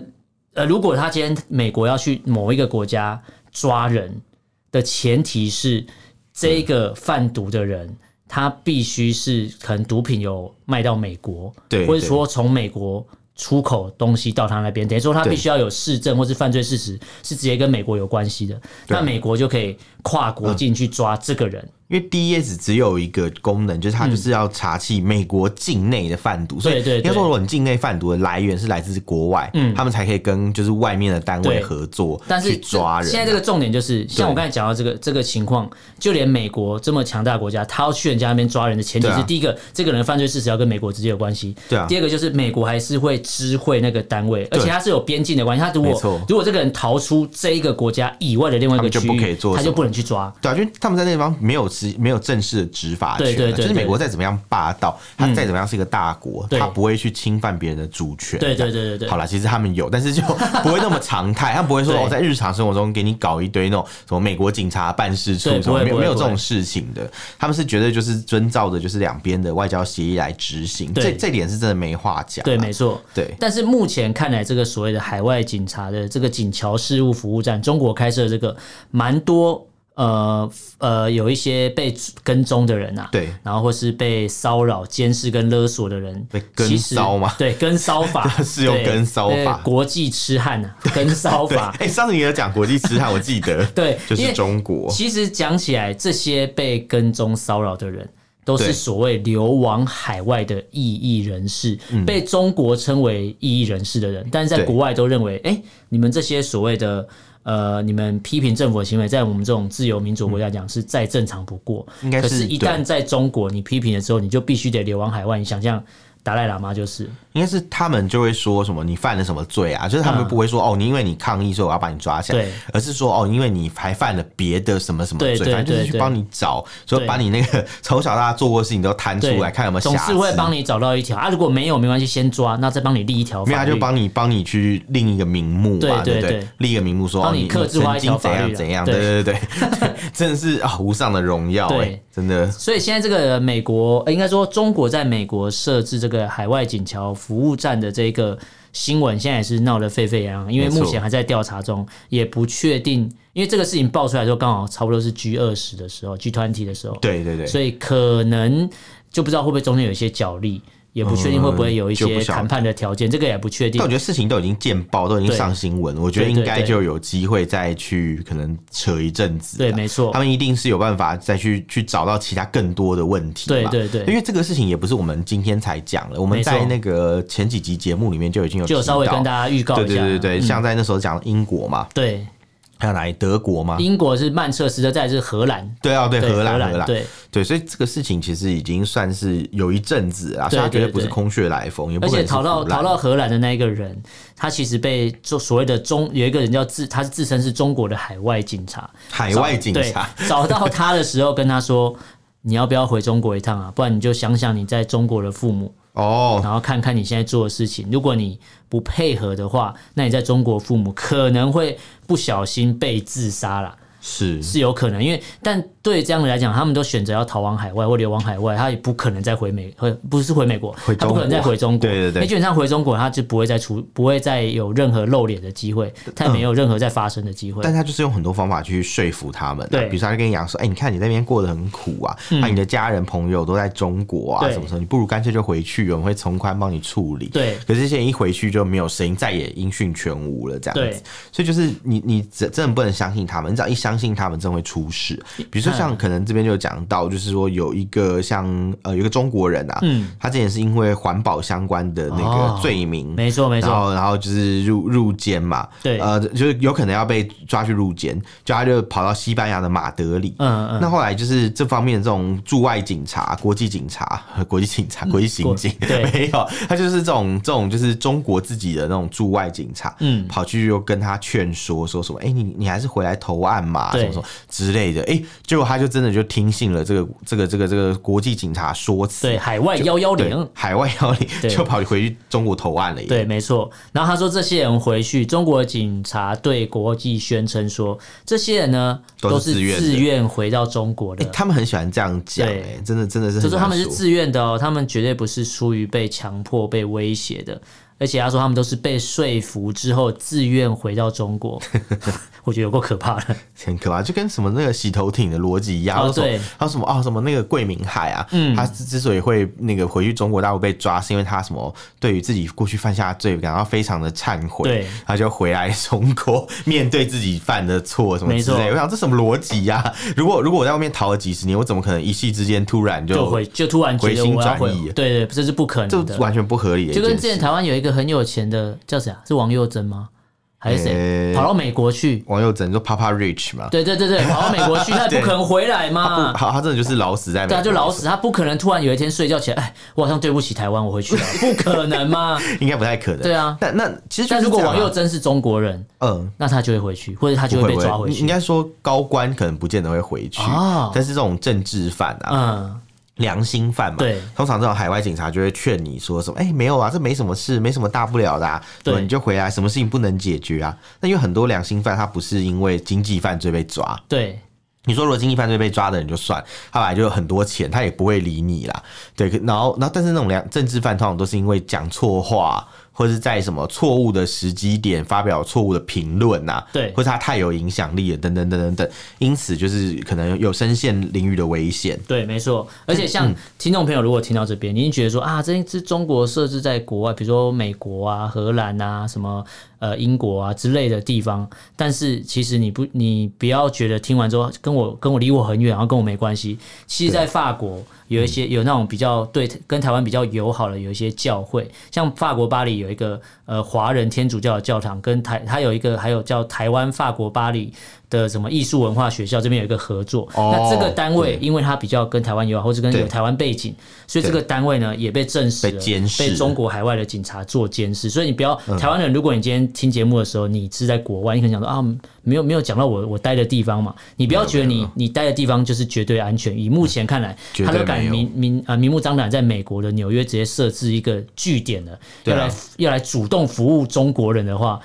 [SPEAKER 1] 呃，如果他今天美国要去某一个国家抓人的前提是
[SPEAKER 2] 嗯
[SPEAKER 1] 这个贩毒的人。他必须是可能毒品有卖到美国，
[SPEAKER 2] 对
[SPEAKER 1] 或者
[SPEAKER 2] 对
[SPEAKER 1] 说从美国出口东西到他那边，等于说他
[SPEAKER 2] 对
[SPEAKER 1] 必须要有市政或是犯罪事实是直接跟美国有关系的，那美国就可以跨
[SPEAKER 2] 嗯
[SPEAKER 1] 国境去抓这个人。
[SPEAKER 2] 因为 DEA 只只有一个功能，就是它就是要查起美国境内的贩毒，所以
[SPEAKER 1] 对对对嗯
[SPEAKER 2] 应该说，如果你境内贩毒的来源是来自国外，他们才可以跟就是外面的单位
[SPEAKER 1] 对
[SPEAKER 2] 合作，
[SPEAKER 1] 但是
[SPEAKER 2] 去抓人啊。
[SPEAKER 1] 现在这个重点就是，像我刚才讲到这个这个情况，就连美国这么强大的国家，他要去人家那边抓人的前提
[SPEAKER 2] 对
[SPEAKER 1] 是，
[SPEAKER 2] 啊
[SPEAKER 1] 第一个，这个人的犯罪事实要跟美国直接有关系；，
[SPEAKER 2] 对啊
[SPEAKER 1] 第二个就是美国还是会知会那个单位，而且他是有边境的关系。他如
[SPEAKER 2] 没错
[SPEAKER 1] 果如果这个人逃出这一个国家以外的另外一
[SPEAKER 2] 他
[SPEAKER 1] 个
[SPEAKER 2] 们就
[SPEAKER 1] 区
[SPEAKER 2] 不可以
[SPEAKER 1] 域
[SPEAKER 2] 做，
[SPEAKER 1] 他
[SPEAKER 2] 什
[SPEAKER 1] 就
[SPEAKER 2] 么
[SPEAKER 1] 不能去抓。
[SPEAKER 2] 对啊，因为他们在那地方没有执没有正式的执法权啊，
[SPEAKER 1] 对对对
[SPEAKER 2] 就是
[SPEAKER 1] 对嗯
[SPEAKER 2] 美国再怎么样霸道，它再怎么样是一个大国，
[SPEAKER 1] 对
[SPEAKER 2] 它不会去侵犯别人的主权。
[SPEAKER 1] 对对
[SPEAKER 2] 这样
[SPEAKER 1] 对对对
[SPEAKER 2] 好。啦，其实他们有，但是就 不会那么常态，他不会说
[SPEAKER 1] 对
[SPEAKER 2] 我在日常生活中给你搞一堆那种什么美国警察办事处
[SPEAKER 1] 对
[SPEAKER 2] 什
[SPEAKER 1] 不
[SPEAKER 2] 么，
[SPEAKER 1] 会
[SPEAKER 2] 没有
[SPEAKER 1] 不会
[SPEAKER 2] 没有这
[SPEAKER 1] 不
[SPEAKER 2] 种
[SPEAKER 1] 会
[SPEAKER 2] 事情的。他们是绝对就是遵照的就是两边的外交协议来执行，
[SPEAKER 1] 对
[SPEAKER 2] 这这点是真的没话讲啊。
[SPEAKER 1] 对，没错。
[SPEAKER 2] 对
[SPEAKER 1] 但是目前看来，这个所谓的海外警察的这个警侨事务服务站，中国开设的这个蛮多。呃呃，有一些被跟踪的人啊，
[SPEAKER 2] 对
[SPEAKER 1] 然后或是被骚扰、监视跟勒索的人，
[SPEAKER 2] 被跟骚吗
[SPEAKER 1] 其实对，跟骚法
[SPEAKER 2] 是用
[SPEAKER 1] 对
[SPEAKER 2] 跟骚
[SPEAKER 1] 对
[SPEAKER 2] 法
[SPEAKER 1] 国际痴汉啊，跟骚
[SPEAKER 2] 对，
[SPEAKER 1] 法
[SPEAKER 2] 哎、，上次你有讲国际痴汉，我记得，
[SPEAKER 1] 对
[SPEAKER 2] 就
[SPEAKER 1] 因
[SPEAKER 2] 是
[SPEAKER 1] 为
[SPEAKER 2] 中国，
[SPEAKER 1] 其实讲起来，这些被跟踪骚扰的人，都
[SPEAKER 2] 对
[SPEAKER 1] 是所谓流亡海外的异议人士，被中国称为异议人士的人，但是在
[SPEAKER 2] 嗯对
[SPEAKER 1] 国外都认为，哎、你们这些所谓的。呃，你们批评政府的行为，在我们这种自由民主国家讲是再正常不过。
[SPEAKER 2] 嗯应该
[SPEAKER 1] 可
[SPEAKER 2] 是
[SPEAKER 1] 是，一旦在中国你批评了之后，你就必须得流亡海外。你想象达赖喇嘛就是，
[SPEAKER 2] 应该是他们就会说什么你犯了什么罪啊？就是他们
[SPEAKER 1] 嗯
[SPEAKER 2] 不会说、哦，你因为你抗议，所以我要把你抓起来
[SPEAKER 1] 对，
[SPEAKER 2] 而是说哦，因为你还犯了别的什么什么罪，
[SPEAKER 1] 对对
[SPEAKER 2] 反正就是
[SPEAKER 1] 对
[SPEAKER 2] 去
[SPEAKER 1] 对
[SPEAKER 2] 帮你找，所以
[SPEAKER 1] 对
[SPEAKER 2] 把你那个 从小到大做过的事情都摊出
[SPEAKER 1] 对，
[SPEAKER 2] 来，看有没有瑕
[SPEAKER 1] 总
[SPEAKER 2] 疵。
[SPEAKER 1] 是会帮你找到一条啊。如果没有，没关系，先抓，那再帮你立一条法律。
[SPEAKER 2] 没有，他就帮你帮你去另一个名目嘛，
[SPEAKER 1] 对
[SPEAKER 2] 不
[SPEAKER 1] 对
[SPEAKER 2] 对
[SPEAKER 1] 对？
[SPEAKER 2] 另一个名目说，
[SPEAKER 1] 帮
[SPEAKER 2] 哦
[SPEAKER 1] 你
[SPEAKER 2] 你
[SPEAKER 1] 刻制化
[SPEAKER 2] 曾
[SPEAKER 1] 一
[SPEAKER 2] 经
[SPEAKER 1] 条
[SPEAKER 2] 怎
[SPEAKER 1] 法
[SPEAKER 2] 样
[SPEAKER 1] 律
[SPEAKER 2] 怎
[SPEAKER 1] 啦
[SPEAKER 2] 样，对
[SPEAKER 1] 对
[SPEAKER 2] 对对， 真的是啊无上的荣耀
[SPEAKER 1] 对
[SPEAKER 2] 哎，真的
[SPEAKER 1] 所以现在这个美国，呃应该说中国在美国设置这个海外警侨服务站的这个新闻，现在也是闹得沸沸扬扬，因为
[SPEAKER 2] 没错
[SPEAKER 1] 目前还在调查中，也不确定，因为这个事情爆出来之后，刚好差不多是 G 二十的时候，G 团体的时候，
[SPEAKER 2] 对对对。
[SPEAKER 1] 所以可能就不知道会不会中间有一些角力，也不确定会不会有一
[SPEAKER 2] 嗯就不
[SPEAKER 1] 些
[SPEAKER 2] 晓得
[SPEAKER 1] 谈判的条件，这个也不确定
[SPEAKER 2] 但我。觉得事情都已经见报，都已经
[SPEAKER 1] 对
[SPEAKER 2] 上新闻，我觉得
[SPEAKER 1] 对
[SPEAKER 2] 应
[SPEAKER 1] 对
[SPEAKER 2] 该
[SPEAKER 1] 对
[SPEAKER 2] 就有机会再去可能扯一阵子啦。
[SPEAKER 1] 对，没错
[SPEAKER 2] 他，们一定是有办法再去去找到其他更多的问题嘛。
[SPEAKER 1] 对对对
[SPEAKER 2] 因为这个事情也不是我们今天才讲了，我们
[SPEAKER 1] 没错
[SPEAKER 2] 在那个前几集节目里面就已经有
[SPEAKER 1] 就有
[SPEAKER 2] 提
[SPEAKER 1] 稍微
[SPEAKER 2] 到
[SPEAKER 1] 跟大家预告
[SPEAKER 2] 对
[SPEAKER 1] 一
[SPEAKER 2] 对
[SPEAKER 1] 下，嗯
[SPEAKER 2] 对对，像在那时候讲英国嘛，
[SPEAKER 1] 对，
[SPEAKER 2] 还有哪里德国嘛，
[SPEAKER 1] 英国是曼彻斯特，再来是荷兰，
[SPEAKER 2] 对啊，对荷兰荷兰，
[SPEAKER 1] 对。
[SPEAKER 2] 对，所以这个事情其实已经算是有一阵子啊，
[SPEAKER 1] 对
[SPEAKER 2] 所以它绝对
[SPEAKER 1] 对
[SPEAKER 2] 不是
[SPEAKER 1] 对
[SPEAKER 2] 空穴来风，也不
[SPEAKER 1] 而
[SPEAKER 2] 可
[SPEAKER 1] 且
[SPEAKER 2] 能是
[SPEAKER 1] 逃到
[SPEAKER 2] 胡乱
[SPEAKER 1] 逃到荷兰的那一个人，他其实被做所谓的中有一个人叫自，他是自称是中国的海外警察，
[SPEAKER 2] 海外警察，
[SPEAKER 1] 对找到他的时候跟他说。你要不要回中国一趟啊？不然你就想想你在中国的父母，
[SPEAKER 2] 哦，
[SPEAKER 1] 然后看看你现在做的事情。如果你不配合的话，那你在中国父母可能会不小心被自杀啦。
[SPEAKER 2] 是
[SPEAKER 1] 是有可能，因为但对这样的来讲，他们都选择要逃往海外或流亡海外，他也不可能再回美，回不是回美国，
[SPEAKER 2] 回
[SPEAKER 1] 他
[SPEAKER 2] 中
[SPEAKER 1] 不可能再
[SPEAKER 2] 国
[SPEAKER 1] 回中国。
[SPEAKER 2] 对对
[SPEAKER 1] 因
[SPEAKER 2] 对
[SPEAKER 1] 为基本上回中国，他就不会再出，不会再有任何露脸的机会，他也没有任何再发生的机会。
[SPEAKER 2] 但他就是用很多方法去说服他们、啊，
[SPEAKER 1] 对嗯
[SPEAKER 2] 比如说他就跟你讲说，哎、你看你那边过得很苦啊，那、你的家人朋友都在中国啊，
[SPEAKER 1] 对
[SPEAKER 2] 什么时候你不如干脆就回去，我们会从宽帮你处理。
[SPEAKER 1] 对
[SPEAKER 2] 可是这些人一回去就没有声音，再也音讯全无了，这样
[SPEAKER 1] 对
[SPEAKER 2] 子。所以就是你你真真的不能相信他们，你只要一相信他们，真的会出事。
[SPEAKER 1] 嗯
[SPEAKER 2] 比如说像可能这边就有讲到，就是说有一个像呃有一个中国人啊，
[SPEAKER 1] 嗯
[SPEAKER 2] 他之前是因为环保相关的那
[SPEAKER 1] 哦
[SPEAKER 2] 个罪名，
[SPEAKER 1] 没错没
[SPEAKER 2] 然
[SPEAKER 1] 错，
[SPEAKER 2] 后然后就是入入监嘛，
[SPEAKER 1] 对
[SPEAKER 2] 呃，就是有可能要被抓去入监，就他就跑到西班牙的马德里。
[SPEAKER 1] 嗯嗯，
[SPEAKER 2] 那后来就是这方面的这种驻外警察、国际警察、 呃国际警察、国际刑警，
[SPEAKER 1] 嗯国对
[SPEAKER 2] 没有，他就是这种这种就是中国自己的那种驻外警察，
[SPEAKER 1] 嗯
[SPEAKER 2] 跑去又跟他劝说，说什么，哎、你你还是回来投案嘛，
[SPEAKER 1] 对
[SPEAKER 2] 什么什么之类的，哎、结果他就真的就听信了这个这个这个这个国际警察说辞，
[SPEAKER 1] 对海外幺幺零。
[SPEAKER 2] 海外要领
[SPEAKER 1] 对
[SPEAKER 2] 就跑回去中国投案了耶，
[SPEAKER 1] 对，没错。然后他说，这些人回去，中国警察对国际宣称说，这些人呢
[SPEAKER 2] 都是
[SPEAKER 1] 都是
[SPEAKER 2] 自愿的
[SPEAKER 1] 自愿回到中国的
[SPEAKER 2] 欸，他们很喜欢这样讲、
[SPEAKER 1] 对
[SPEAKER 2] 欸，真的真的是
[SPEAKER 1] 就
[SPEAKER 2] 很
[SPEAKER 1] 说他
[SPEAKER 2] 难
[SPEAKER 1] 们是
[SPEAKER 2] 说
[SPEAKER 1] 自愿的哦，他们绝对不是出于被强迫、被威胁的。而且他说他们都是被说服之后自愿回到中国， 我觉得有够可怕 的。
[SPEAKER 2] 很可怕，就跟什么那个洗头艇的逻辑一样。
[SPEAKER 1] 哦
[SPEAKER 2] 还有什么
[SPEAKER 1] 对嗯
[SPEAKER 2] 还有什么哦，什么那个桂明海啊，他之之所以会那个回去中国大陆被抓，是因为他什么对于自己过去犯下的罪感到非常的忏悔，
[SPEAKER 1] 对，
[SPEAKER 2] 他就回来中国 面对自己犯的错什么
[SPEAKER 1] 没
[SPEAKER 2] 之
[SPEAKER 1] 错
[SPEAKER 2] 类。我想这什么逻辑呀？如果如果我在外面逃了几十年，我怎么可能一夕之间突然就
[SPEAKER 1] 就回就突然觉
[SPEAKER 2] 回
[SPEAKER 1] 得
[SPEAKER 2] 心
[SPEAKER 1] 我要
[SPEAKER 2] 转
[SPEAKER 1] 回
[SPEAKER 2] 意，啊
[SPEAKER 1] 对对，这是不可
[SPEAKER 2] 这
[SPEAKER 1] 能的。
[SPEAKER 2] 完全不合理的一
[SPEAKER 1] 就
[SPEAKER 2] 件事？
[SPEAKER 1] 跟之前台湾有一个很有钱的叫谁啊？是王佑珍吗？还是谁
[SPEAKER 2] 诶
[SPEAKER 1] 跑到美国去？
[SPEAKER 2] 网友只能说 Papa Rich 嘛，
[SPEAKER 1] 对对对对，跑到美国 去，他也不可能回来嘛。
[SPEAKER 2] 好，他真的就是老死在美
[SPEAKER 1] 对啊，
[SPEAKER 2] 国，
[SPEAKER 1] 就老死，他不可能突然有一天睡觉起来，哎，我好像对不起台湾，我回 去了，不可能嘛。
[SPEAKER 2] 应该不太可能。
[SPEAKER 1] 对啊
[SPEAKER 2] 但那其实 就
[SPEAKER 1] 但
[SPEAKER 2] 是
[SPEAKER 1] 如果
[SPEAKER 2] 这样
[SPEAKER 1] 王
[SPEAKER 2] 啊
[SPEAKER 1] 佑珍是中国人，
[SPEAKER 2] 嗯。
[SPEAKER 1] 那他就会回去，或者他就
[SPEAKER 2] 不
[SPEAKER 1] 会被抓
[SPEAKER 2] 不
[SPEAKER 1] 回
[SPEAKER 2] 应
[SPEAKER 1] 去。
[SPEAKER 2] 该说高官可能不见得会回去，
[SPEAKER 1] 哦
[SPEAKER 2] 但是这种政治犯啊、
[SPEAKER 1] 嗯，
[SPEAKER 2] 良心犯嘛，
[SPEAKER 1] 对
[SPEAKER 2] 通常这种海外警察就会劝你说什么，哎、没有啊，这没什么事，没什么大不了的、啊，
[SPEAKER 1] 对
[SPEAKER 2] 什么你就回来，什么事情不能解决啊？那因为很多良心犯他不是因为经济犯罪被抓，
[SPEAKER 1] 对，
[SPEAKER 2] 你说如果经济犯罪被抓的人就算，他本来就有很多钱，他也不会理你啦。对，可然后然后但是那种两政治犯通常都是因为讲错话，或是在什么错误的时机点发表错误的评论呐，
[SPEAKER 1] 对
[SPEAKER 2] 或是他太有影响力了，等等等等等，因此就是可能有深陷囹圄的危险。
[SPEAKER 1] 对，没错。而且
[SPEAKER 2] 嗯
[SPEAKER 1] 像听众朋友，如果听到这边，你已经觉得说啊，这是中国设置在国外，比如说美国啊、荷兰啊、什么呃英国啊之类的地方，但是其实你不，你不要觉得听完之后跟我跟我离我很远，然后跟我没关系。其实，在法国有一些
[SPEAKER 2] 嗯
[SPEAKER 1] 有那种比较对跟台湾比较友好的有一些教会，像法国巴黎有一个呃华人天主教的教堂，跟台它有一个还有叫台湾法国巴黎的什么艺术文化学校这边有一个合作，
[SPEAKER 2] 哦
[SPEAKER 1] 那这个单位因为它比较跟台湾友好，或者跟
[SPEAKER 2] 对
[SPEAKER 1] 有台湾背景，所以这个单位呢也被证实了
[SPEAKER 2] 被监视嗯
[SPEAKER 1] 被中国海外的警察做监视。所以你不要台湾人，如果你今天听节目的时候，你是在国外，你可能想说啊，没有没有讲到我我待的地方嘛，你不要觉得你你待的地方就是绝对安全。以目前看来，
[SPEAKER 2] 嗯绝
[SPEAKER 1] 他
[SPEAKER 2] 对
[SPEAKER 1] 都敢
[SPEAKER 2] 没有
[SPEAKER 1] 明明啊明目张胆在美国的纽约直接设置一个据点了，
[SPEAKER 2] 对
[SPEAKER 1] 要
[SPEAKER 2] 啊
[SPEAKER 1] 来要来主动服务中国人的话。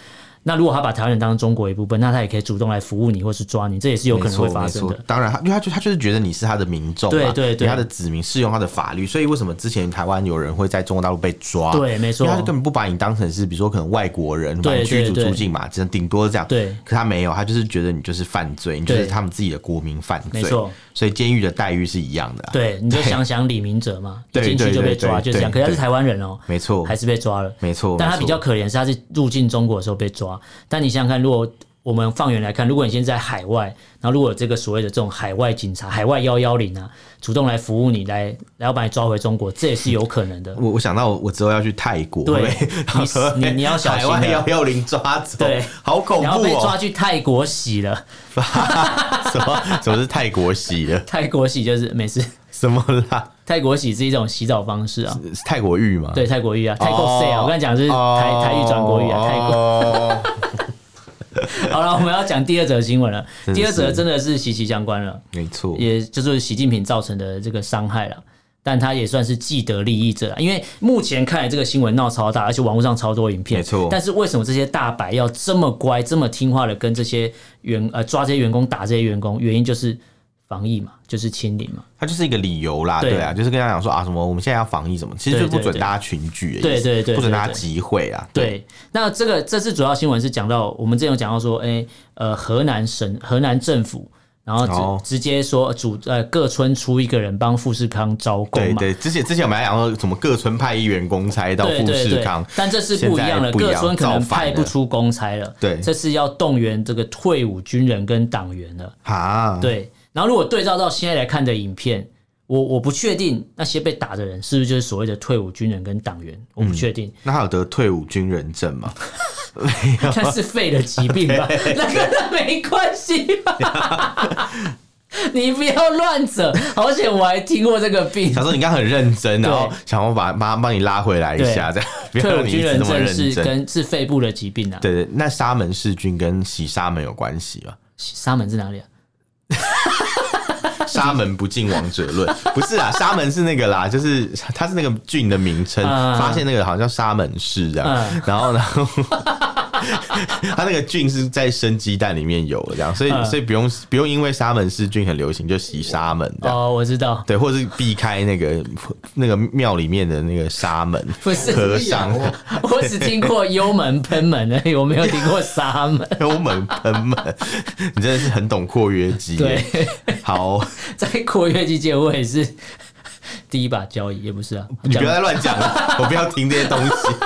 [SPEAKER 1] 那如果他把台湾人当成中国一部分，那他也可以主动来服务你或是抓你，这也是有可能会发生
[SPEAKER 2] 没
[SPEAKER 1] 的
[SPEAKER 2] 错。。当然，他因为他就他就是觉得你是他的民众嘛，
[SPEAKER 1] 对
[SPEAKER 2] 啊
[SPEAKER 1] 对对
[SPEAKER 2] 你他的子民适用他的法律，所以为什么之前台湾有人会在中国大陆被抓？
[SPEAKER 1] 对没错
[SPEAKER 2] 因为他就根本不把你当成是比如说可能外国人，把你
[SPEAKER 1] 对
[SPEAKER 2] 驱逐
[SPEAKER 1] 对
[SPEAKER 2] 出境嘛，只能顶多这样。
[SPEAKER 1] 对
[SPEAKER 2] 可他没有，他就是觉得你就是犯罪，你就是
[SPEAKER 1] 对
[SPEAKER 2] 他们自己的国民犯
[SPEAKER 1] 没
[SPEAKER 2] 罪，
[SPEAKER 1] 错。
[SPEAKER 2] 所以监狱的待遇是一样的、啊，，
[SPEAKER 1] 对，你就想想李明哲嘛，一
[SPEAKER 2] 对
[SPEAKER 1] 进去就被抓，就
[SPEAKER 2] 对对对
[SPEAKER 1] 这样。可
[SPEAKER 2] 对
[SPEAKER 1] 是他是台湾人哦，
[SPEAKER 2] 没错
[SPEAKER 1] 还，是被抓了。
[SPEAKER 2] 没错。
[SPEAKER 1] 但他
[SPEAKER 2] 没错
[SPEAKER 1] 比较可怜是他是入境中国的时候被抓。但你想想看，如果我们放远来看，如果你现在在海外，然后如果有这个所谓的这种海外警察、海外幺幺零啊，主动来服务你，来来要把你抓回中国，这也是有可能的。
[SPEAKER 2] 我我想到我之后要去泰国，
[SPEAKER 1] 对
[SPEAKER 2] 会 不会
[SPEAKER 1] 你你你要小心啊
[SPEAKER 2] 海外幺幺零抓走，
[SPEAKER 1] 对
[SPEAKER 2] 好恐
[SPEAKER 1] 然
[SPEAKER 2] 怖
[SPEAKER 1] 后被抓
[SPEAKER 2] 哦！
[SPEAKER 1] 去泰国洗了，
[SPEAKER 2] 什么什么是泰国洗的？
[SPEAKER 1] 泰国洗就是没事，
[SPEAKER 2] 什么啦？
[SPEAKER 1] 泰国洗是一种洗澡方式啊，
[SPEAKER 2] 是泰国浴吗？
[SPEAKER 1] 对，泰国浴啊，泰
[SPEAKER 2] 哦，
[SPEAKER 1] 国 say 啊，我跟你讲就是台台语转国语啊，泰国
[SPEAKER 2] 国。
[SPEAKER 1] 好了，我们要讲第二则新闻了。第二则真的是息息相关了，
[SPEAKER 2] 没错，
[SPEAKER 1] 也就是习近平造成的这个伤害了。但他也算是既得利益者啦，啊因为目前看来这个新闻闹超大，而且网络上超多影片。
[SPEAKER 2] 没错
[SPEAKER 1] 但是为什么这些大白要这么乖、这么听话的跟这些员呃抓这些员工、打这些员工？原因就是防疫嘛，就是清零嘛。
[SPEAKER 2] 它就是一个理由啦，
[SPEAKER 1] 对
[SPEAKER 2] 对啊，就是跟他讲说啊什么我们现在要防疫什么，其实就
[SPEAKER 1] 对
[SPEAKER 2] 不
[SPEAKER 1] 对
[SPEAKER 2] 准
[SPEAKER 1] 对
[SPEAKER 2] 大家群聚的意思，
[SPEAKER 1] 对对对
[SPEAKER 2] 不准
[SPEAKER 1] 对
[SPEAKER 2] 大
[SPEAKER 1] 对
[SPEAKER 2] 家集会啊，
[SPEAKER 1] 对，那这个这次主要新闻是讲到我们之前有讲到说，哎、呃，河南省河南政府。然后直、
[SPEAKER 2] 哦
[SPEAKER 1] 直接说主呃各村出一个人帮富士康招工
[SPEAKER 2] 对
[SPEAKER 1] 嘛，
[SPEAKER 2] 对，之前之前我们还讲说什么各村派一员公差到
[SPEAKER 1] 对
[SPEAKER 2] 富
[SPEAKER 1] 对
[SPEAKER 2] 士
[SPEAKER 1] 对
[SPEAKER 2] 康，，
[SPEAKER 1] 但这次不一样了，
[SPEAKER 2] 现在不一
[SPEAKER 1] 各
[SPEAKER 2] 样
[SPEAKER 1] 村可能
[SPEAKER 2] 造反
[SPEAKER 1] 派
[SPEAKER 2] 了
[SPEAKER 1] 不出公差了，
[SPEAKER 2] 对
[SPEAKER 1] 这次要动员这个退伍军人跟党员了，
[SPEAKER 2] 嗯哈，
[SPEAKER 1] 对。然后如果对照到现在来看的影片，我我不确定那些被打的人是不是就是所谓的退伍军人跟党员，我
[SPEAKER 2] 嗯
[SPEAKER 1] 不确定，
[SPEAKER 2] 那他有得退伍军人证 吗？
[SPEAKER 1] 但是肺的疾病 吧，那跟他没关系吧。 你不要乱扯，而且我还听过这个病，
[SPEAKER 2] 想说你刚刚很认真，然
[SPEAKER 1] 对
[SPEAKER 2] 后想要把帮帮你拉回来一下，这样 不要
[SPEAKER 1] 退伍
[SPEAKER 2] 让你一
[SPEAKER 1] 军
[SPEAKER 2] 直
[SPEAKER 1] 人
[SPEAKER 2] 那么
[SPEAKER 1] 证
[SPEAKER 2] 认
[SPEAKER 1] 是
[SPEAKER 2] 真。
[SPEAKER 1] 跟是肺部的疾病啊。
[SPEAKER 2] 对对，那沙门氏菌跟洗沙门有关系吗？
[SPEAKER 1] 沙门是哪里啊？
[SPEAKER 2] 沙门不进王者论， 不是啊，沙门是那个啦，就是它是那个菌的名称，
[SPEAKER 1] 嗯
[SPEAKER 2] 发现那个好像叫沙门氏这样
[SPEAKER 1] 嗯，
[SPEAKER 2] 然后然后 它那个菌是在生鸡蛋里面有的这样，所以
[SPEAKER 1] 嗯
[SPEAKER 2] 所以不用不用因为沙门氏菌很流行就洗沙门这样。
[SPEAKER 1] 哦，我知道，
[SPEAKER 2] 对，或者是避开那个那个庙里面的那个沙门
[SPEAKER 1] 不是啊
[SPEAKER 2] 和尚，
[SPEAKER 1] 我只听过幽门喷门而已，我没有听过沙 门。
[SPEAKER 2] 幽门喷门，你真的是很懂括约肌。
[SPEAKER 1] 对，
[SPEAKER 2] 好，
[SPEAKER 1] 在括约肌界，我也是第一把交椅，也不是啊。
[SPEAKER 2] 你不要
[SPEAKER 1] 讲
[SPEAKER 2] 再乱讲了，我不要听这些东西。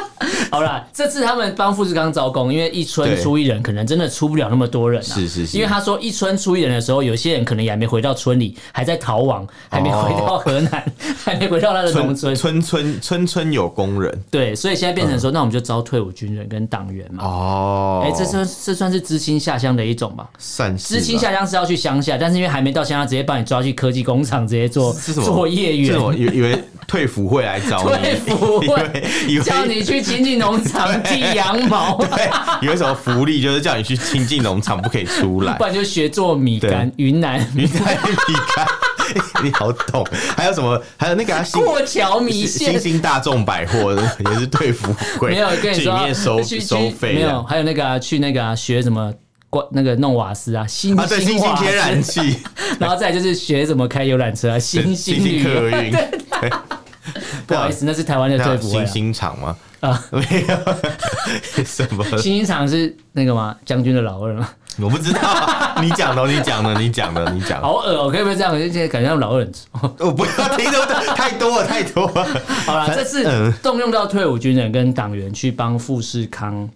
[SPEAKER 1] 好啦，这次他们帮富士康招工，因为一村
[SPEAKER 2] 对
[SPEAKER 1] 出一人，可能真的出不了那么多人啊。
[SPEAKER 2] 是是是
[SPEAKER 1] 因为他说一村出一人的时候，有些人可能也还没回到村里，还在逃亡，还没回到河南， 还没回到他的农村
[SPEAKER 2] 哦村。村村村村有工人
[SPEAKER 1] 对，所以现在变成说，那我们就招退伍军人跟党员嘛。
[SPEAKER 2] 哦，
[SPEAKER 1] 哎、这算这算是知青下乡的一种吧？
[SPEAKER 2] 算是
[SPEAKER 1] 知青
[SPEAKER 2] 吧
[SPEAKER 1] 下乡是要去乡下，但是因为还没到乡下，直接把你抓去科技工厂，直接做
[SPEAKER 2] 是什么
[SPEAKER 1] 做业
[SPEAKER 2] 是
[SPEAKER 1] 员
[SPEAKER 2] 什，么？以 以为退服会来找你，
[SPEAKER 1] 退服
[SPEAKER 2] 以为
[SPEAKER 1] 会
[SPEAKER 2] 以为
[SPEAKER 1] 叫你去亲近农场剃羊毛，
[SPEAKER 2] 对，有什么福利 就是叫你去亲近农场，不可以出来
[SPEAKER 1] 不。然就学做米干。云南
[SPEAKER 2] 你在你看，你好懂。还有什么？还有那个啊，新
[SPEAKER 1] 过桥米
[SPEAKER 2] 新
[SPEAKER 1] 线。
[SPEAKER 2] 兴大众百货也是退服会，
[SPEAKER 1] 没有跟你
[SPEAKER 2] 去里
[SPEAKER 1] 说
[SPEAKER 2] 面收
[SPEAKER 1] 去去
[SPEAKER 2] 收
[SPEAKER 1] 没
[SPEAKER 2] 费这样
[SPEAKER 1] 有，还有那个、啊、去那个、啊、学什么关那个弄瓦斯啊，新
[SPEAKER 2] 啊，对，新
[SPEAKER 1] 瓦
[SPEAKER 2] 兴
[SPEAKER 1] 斯
[SPEAKER 2] 天然气，
[SPEAKER 1] 然后再来就是学怎么开游览车啊， 新兴
[SPEAKER 2] 新
[SPEAKER 1] 旅
[SPEAKER 2] 兴客
[SPEAKER 1] 游，
[SPEAKER 2] 运，
[SPEAKER 1] 不好意思，那是台湾的
[SPEAKER 2] 那
[SPEAKER 1] 退
[SPEAKER 2] 有
[SPEAKER 1] 服会
[SPEAKER 2] 新
[SPEAKER 1] 啊
[SPEAKER 2] 兴厂吗？
[SPEAKER 1] 啊，
[SPEAKER 2] 没有， 什么？
[SPEAKER 1] 新兴厂是那个嘛将军的老二嘛，
[SPEAKER 2] 我不知道， 你讲的，你讲的，你讲的，你讲的。
[SPEAKER 1] 好恶哦，可以不要这样，我就现在感觉像老二很臭。
[SPEAKER 2] 我不要听的太多了，太多 了。
[SPEAKER 1] 好了，这
[SPEAKER 2] 嗯
[SPEAKER 1] 次动用到退伍军人跟党员去帮富士康。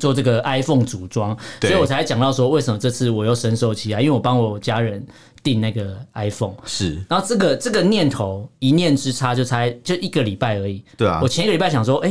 [SPEAKER 1] 做这个 iPhone 组装，
[SPEAKER 2] 对
[SPEAKER 1] 所以我才讲到说，为什么这次我又深受其害，因为我帮我家人订那个 iPhone，
[SPEAKER 2] 是，
[SPEAKER 1] 然后这个这个念头一念之差就才就一个礼拜而已。
[SPEAKER 2] 对啊
[SPEAKER 1] 我前一个礼拜想说，哎、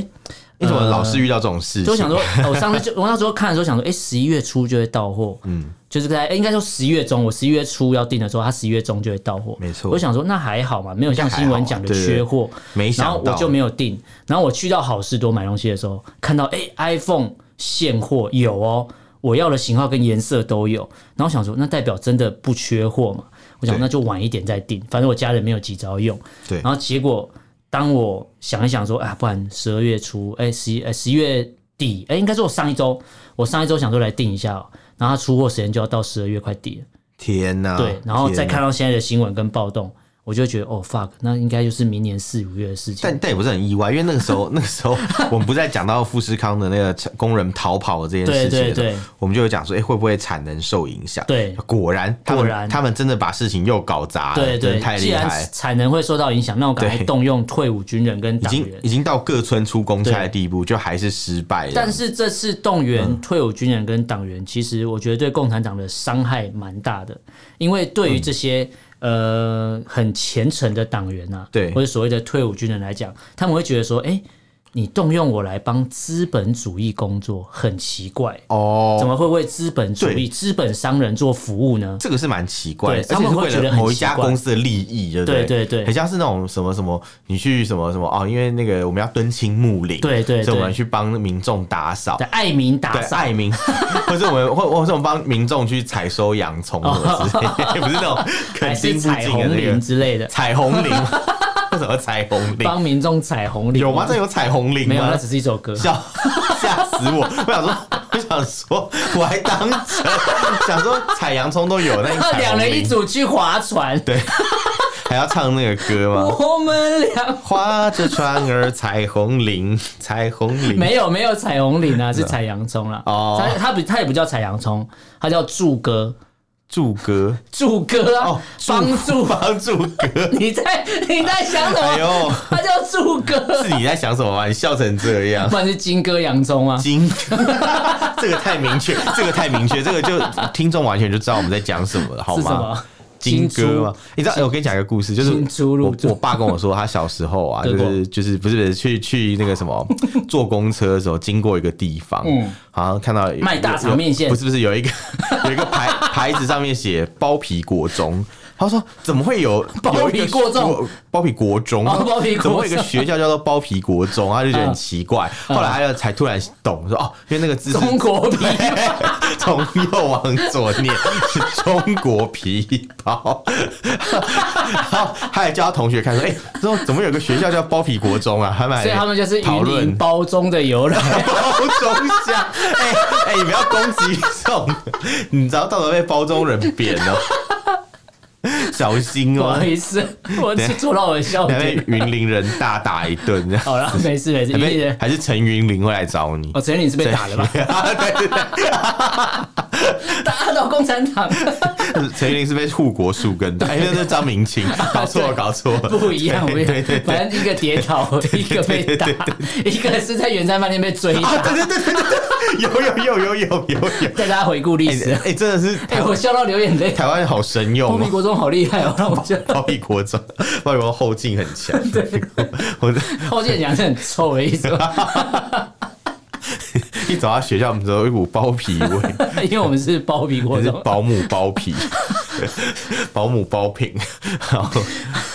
[SPEAKER 2] 为什么老是遇到这种事
[SPEAKER 1] 就想
[SPEAKER 2] 情？
[SPEAKER 1] 说，呃我上次就我那时候看的时候想说，哎、十一月初就会到货，嗯，就是在、诶应该说十一月中，我十一月初要订的时候，它十一月中就会到货，
[SPEAKER 2] 没错
[SPEAKER 1] 我想说那还好嘛，没有像新闻讲的
[SPEAKER 2] 应该还好啊对
[SPEAKER 1] 缺货，
[SPEAKER 2] 没想
[SPEAKER 1] 然
[SPEAKER 2] 到
[SPEAKER 1] 后我就没有订，然后我去到好事多买东西的时候，看到哎、诶 iPhone 现货有哦，我要的型号跟颜色都有，然后想说那代表真的不缺货嘛，我想
[SPEAKER 2] 对
[SPEAKER 1] 那就晚一点再订，反正我家人没有急着要用，
[SPEAKER 2] 对
[SPEAKER 1] 然后结果当我想一想说，啊，不然十二月初，哎、十一，哎，十一月底，哎、应该说我上一周，我上一周想说来定一下、哦，然后它出货时间就要到十二月快底了，
[SPEAKER 2] 天哪！
[SPEAKER 1] 对，然后再
[SPEAKER 2] 天哪
[SPEAKER 1] 看。到现在的新闻跟暴动，我就会觉得，哦，fuck，那应该就是明年四五月的事情
[SPEAKER 2] 但。但也不是很意外，因为那个时候 那个时候我们不在讲到富士康的那个工人逃跑的这件事情的时候，
[SPEAKER 1] 对对对
[SPEAKER 2] 我们就有讲说，哎、会不会产能受影响？
[SPEAKER 1] 对
[SPEAKER 2] 果然他们
[SPEAKER 1] 果然
[SPEAKER 2] 他们真的把事情又搞砸了，
[SPEAKER 1] 对
[SPEAKER 2] 哎真
[SPEAKER 1] 对
[SPEAKER 2] 的太，
[SPEAKER 1] 既
[SPEAKER 2] 厉
[SPEAKER 1] 然
[SPEAKER 2] 害。
[SPEAKER 1] 产能会受到影响，那我赶快
[SPEAKER 2] 对
[SPEAKER 1] 动用退伍军人跟
[SPEAKER 2] 已
[SPEAKER 1] 党
[SPEAKER 2] 经
[SPEAKER 1] 员
[SPEAKER 2] 已。经到各村出公差的
[SPEAKER 1] 对
[SPEAKER 2] 地步，就还是失败了。
[SPEAKER 1] 但是这次动员
[SPEAKER 2] 嗯
[SPEAKER 1] 退伍军人跟党员，其实我觉得对共产党的伤害蛮大的，因为对于
[SPEAKER 2] 嗯
[SPEAKER 1] 这些、呃很虔诚的党员啊，啊
[SPEAKER 2] 对
[SPEAKER 1] 或者所谓的退伍军人来讲，他们会觉得说，哎、你动用我来帮资本主义工作，很奇怪，怎
[SPEAKER 2] 哦，
[SPEAKER 1] 么会为资本主
[SPEAKER 2] 对
[SPEAKER 1] 义、资本商人做服务呢？
[SPEAKER 2] 这个是蛮奇怪
[SPEAKER 1] 对
[SPEAKER 2] 的，而且
[SPEAKER 1] 他
[SPEAKER 2] 是
[SPEAKER 1] 们会
[SPEAKER 2] 为
[SPEAKER 1] 觉
[SPEAKER 2] 了
[SPEAKER 1] 得很
[SPEAKER 2] 某一家
[SPEAKER 1] 奇怪
[SPEAKER 2] 公司的利益，对不
[SPEAKER 1] 对对对
[SPEAKER 2] 很像是那种什么什么，你去什么什么哦，因为那个我们要敦亲睦邻，
[SPEAKER 1] 对对
[SPEAKER 2] 所以我们
[SPEAKER 1] 对
[SPEAKER 2] 去帮民众打扫
[SPEAKER 1] 在。爱民打
[SPEAKER 2] 对，
[SPEAKER 1] 扫，
[SPEAKER 2] 爱 民，或者我们或或者我们帮民众去采收洋葱什么之类 的，不是那种肯
[SPEAKER 1] 哦 还
[SPEAKER 2] 定
[SPEAKER 1] 是
[SPEAKER 2] 不
[SPEAKER 1] 彩
[SPEAKER 2] 进的
[SPEAKER 1] 虹
[SPEAKER 2] 那
[SPEAKER 1] 林
[SPEAKER 2] 个
[SPEAKER 1] 之类的，
[SPEAKER 2] 彩虹铃，为什么彩虹铃？
[SPEAKER 1] 帮民众彩虹林
[SPEAKER 2] 有吗？这有彩虹铃吗？
[SPEAKER 1] 没有，那只是一首歌。
[SPEAKER 2] 笑 吓死我！我想说，我想说，我还当真，想说采洋葱都有，那你彩 虹
[SPEAKER 1] 两人一
[SPEAKER 2] 铃
[SPEAKER 1] 组去划船，
[SPEAKER 2] 还要唱那个歌吗？
[SPEAKER 1] 我们俩
[SPEAKER 2] 划着船儿，彩虹铃，彩虹铃。
[SPEAKER 1] 没有没有彩虹岭啊，是采洋葱啦。
[SPEAKER 2] 哦
[SPEAKER 1] 哦，它它不它也不叫采洋葱，它叫助歌，
[SPEAKER 2] 祝歌
[SPEAKER 1] 助歌啊
[SPEAKER 2] 哦，，
[SPEAKER 1] 帮助。
[SPEAKER 2] 帮助歌。
[SPEAKER 1] 你在你在想
[SPEAKER 2] 哎
[SPEAKER 1] 什么？
[SPEAKER 2] 呦，
[SPEAKER 1] 它叫助歌，
[SPEAKER 2] 是你在想什么吗？你笑成这样
[SPEAKER 1] 不。然是金歌洋葱啊。
[SPEAKER 2] 金， 这个太明确，这个太明确，这个就听众完全就知道我们在讲什么了，好
[SPEAKER 1] 是什
[SPEAKER 2] 吗
[SPEAKER 1] 么？
[SPEAKER 2] 金
[SPEAKER 1] 金
[SPEAKER 2] 哥吗
[SPEAKER 1] 猪？
[SPEAKER 2] 你知道，哎我跟你讲一个故事，就是
[SPEAKER 1] 金猪入
[SPEAKER 2] 我
[SPEAKER 1] 座
[SPEAKER 2] 我爸跟我说，他小时候啊，就
[SPEAKER 1] 德国
[SPEAKER 2] 是就是不是不是去去那个什 么坐公车的时候，经过一个地方，
[SPEAKER 1] 嗯
[SPEAKER 2] 好像看到有
[SPEAKER 1] 卖大肠面线
[SPEAKER 2] 有不是不是有一个 有一个牌牌子上面写包皮国中。他说：“怎么会有
[SPEAKER 1] 包皮国？中
[SPEAKER 2] 有一个包皮国中，
[SPEAKER 1] 哦包皮国中
[SPEAKER 2] 怎么会有一个学校叫做包皮国中？”他就觉得很 奇怪。后来他就才突然懂，说：“哦，因为那个字是
[SPEAKER 1] 嗯中国皮
[SPEAKER 2] 哎从右往左念是中国皮包， 然后他也叫他同学看说，哎、之后怎么有个学校叫包皮国中啊？他们还
[SPEAKER 1] 所以他们就是
[SPEAKER 2] 讨
[SPEAKER 1] 云
[SPEAKER 2] 论
[SPEAKER 1] 林包中的由来。
[SPEAKER 2] 包中下，哎、哎、你不要攻击这种，你知道到时候被包中人扁哦， 小心
[SPEAKER 1] 不
[SPEAKER 2] 哦
[SPEAKER 1] 好，意思，我是戳到我的笑
[SPEAKER 2] 还被
[SPEAKER 1] 点。
[SPEAKER 2] 云林人大打一顿，这样
[SPEAKER 1] 好了，没事没事，
[SPEAKER 2] 还
[SPEAKER 1] 因
[SPEAKER 2] 被
[SPEAKER 1] 为
[SPEAKER 2] 还是陈云林会来找你
[SPEAKER 1] 我。承认你是被打的吧？
[SPEAKER 2] 对 对对
[SPEAKER 1] 打到共产党
[SPEAKER 2] 陈玉林是被护国树根的，哎，那是张明清，搞错了，搞错了，
[SPEAKER 1] 啊不一样，不一
[SPEAKER 2] 对对
[SPEAKER 1] 样
[SPEAKER 2] 对。对
[SPEAKER 1] 反正一个跌倒，一个被打，一个是在圆山饭店被追
[SPEAKER 2] 啊，
[SPEAKER 1] 打。
[SPEAKER 2] 对对对对对，有有有有有有有，
[SPEAKER 1] 带大家回顾历史
[SPEAKER 2] 哎，哎，真的是
[SPEAKER 1] 哎、
[SPEAKER 2] 台
[SPEAKER 1] 我笑到流眼泪。
[SPEAKER 2] 台湾好神
[SPEAKER 1] 包
[SPEAKER 2] 勇
[SPEAKER 1] 皮
[SPEAKER 2] 哦，
[SPEAKER 1] 国中好厉害哦，让我觉得
[SPEAKER 2] 包庇国中，包庇国中后劲很 强，我
[SPEAKER 1] 后健讲是很臭的意思吧，
[SPEAKER 2] 一走到学校，我们有一股包皮味，
[SPEAKER 1] 因为 我们是包皮国
[SPEAKER 2] 还是
[SPEAKER 1] 中。
[SPEAKER 2] 保姆包皮， 保姆包品，好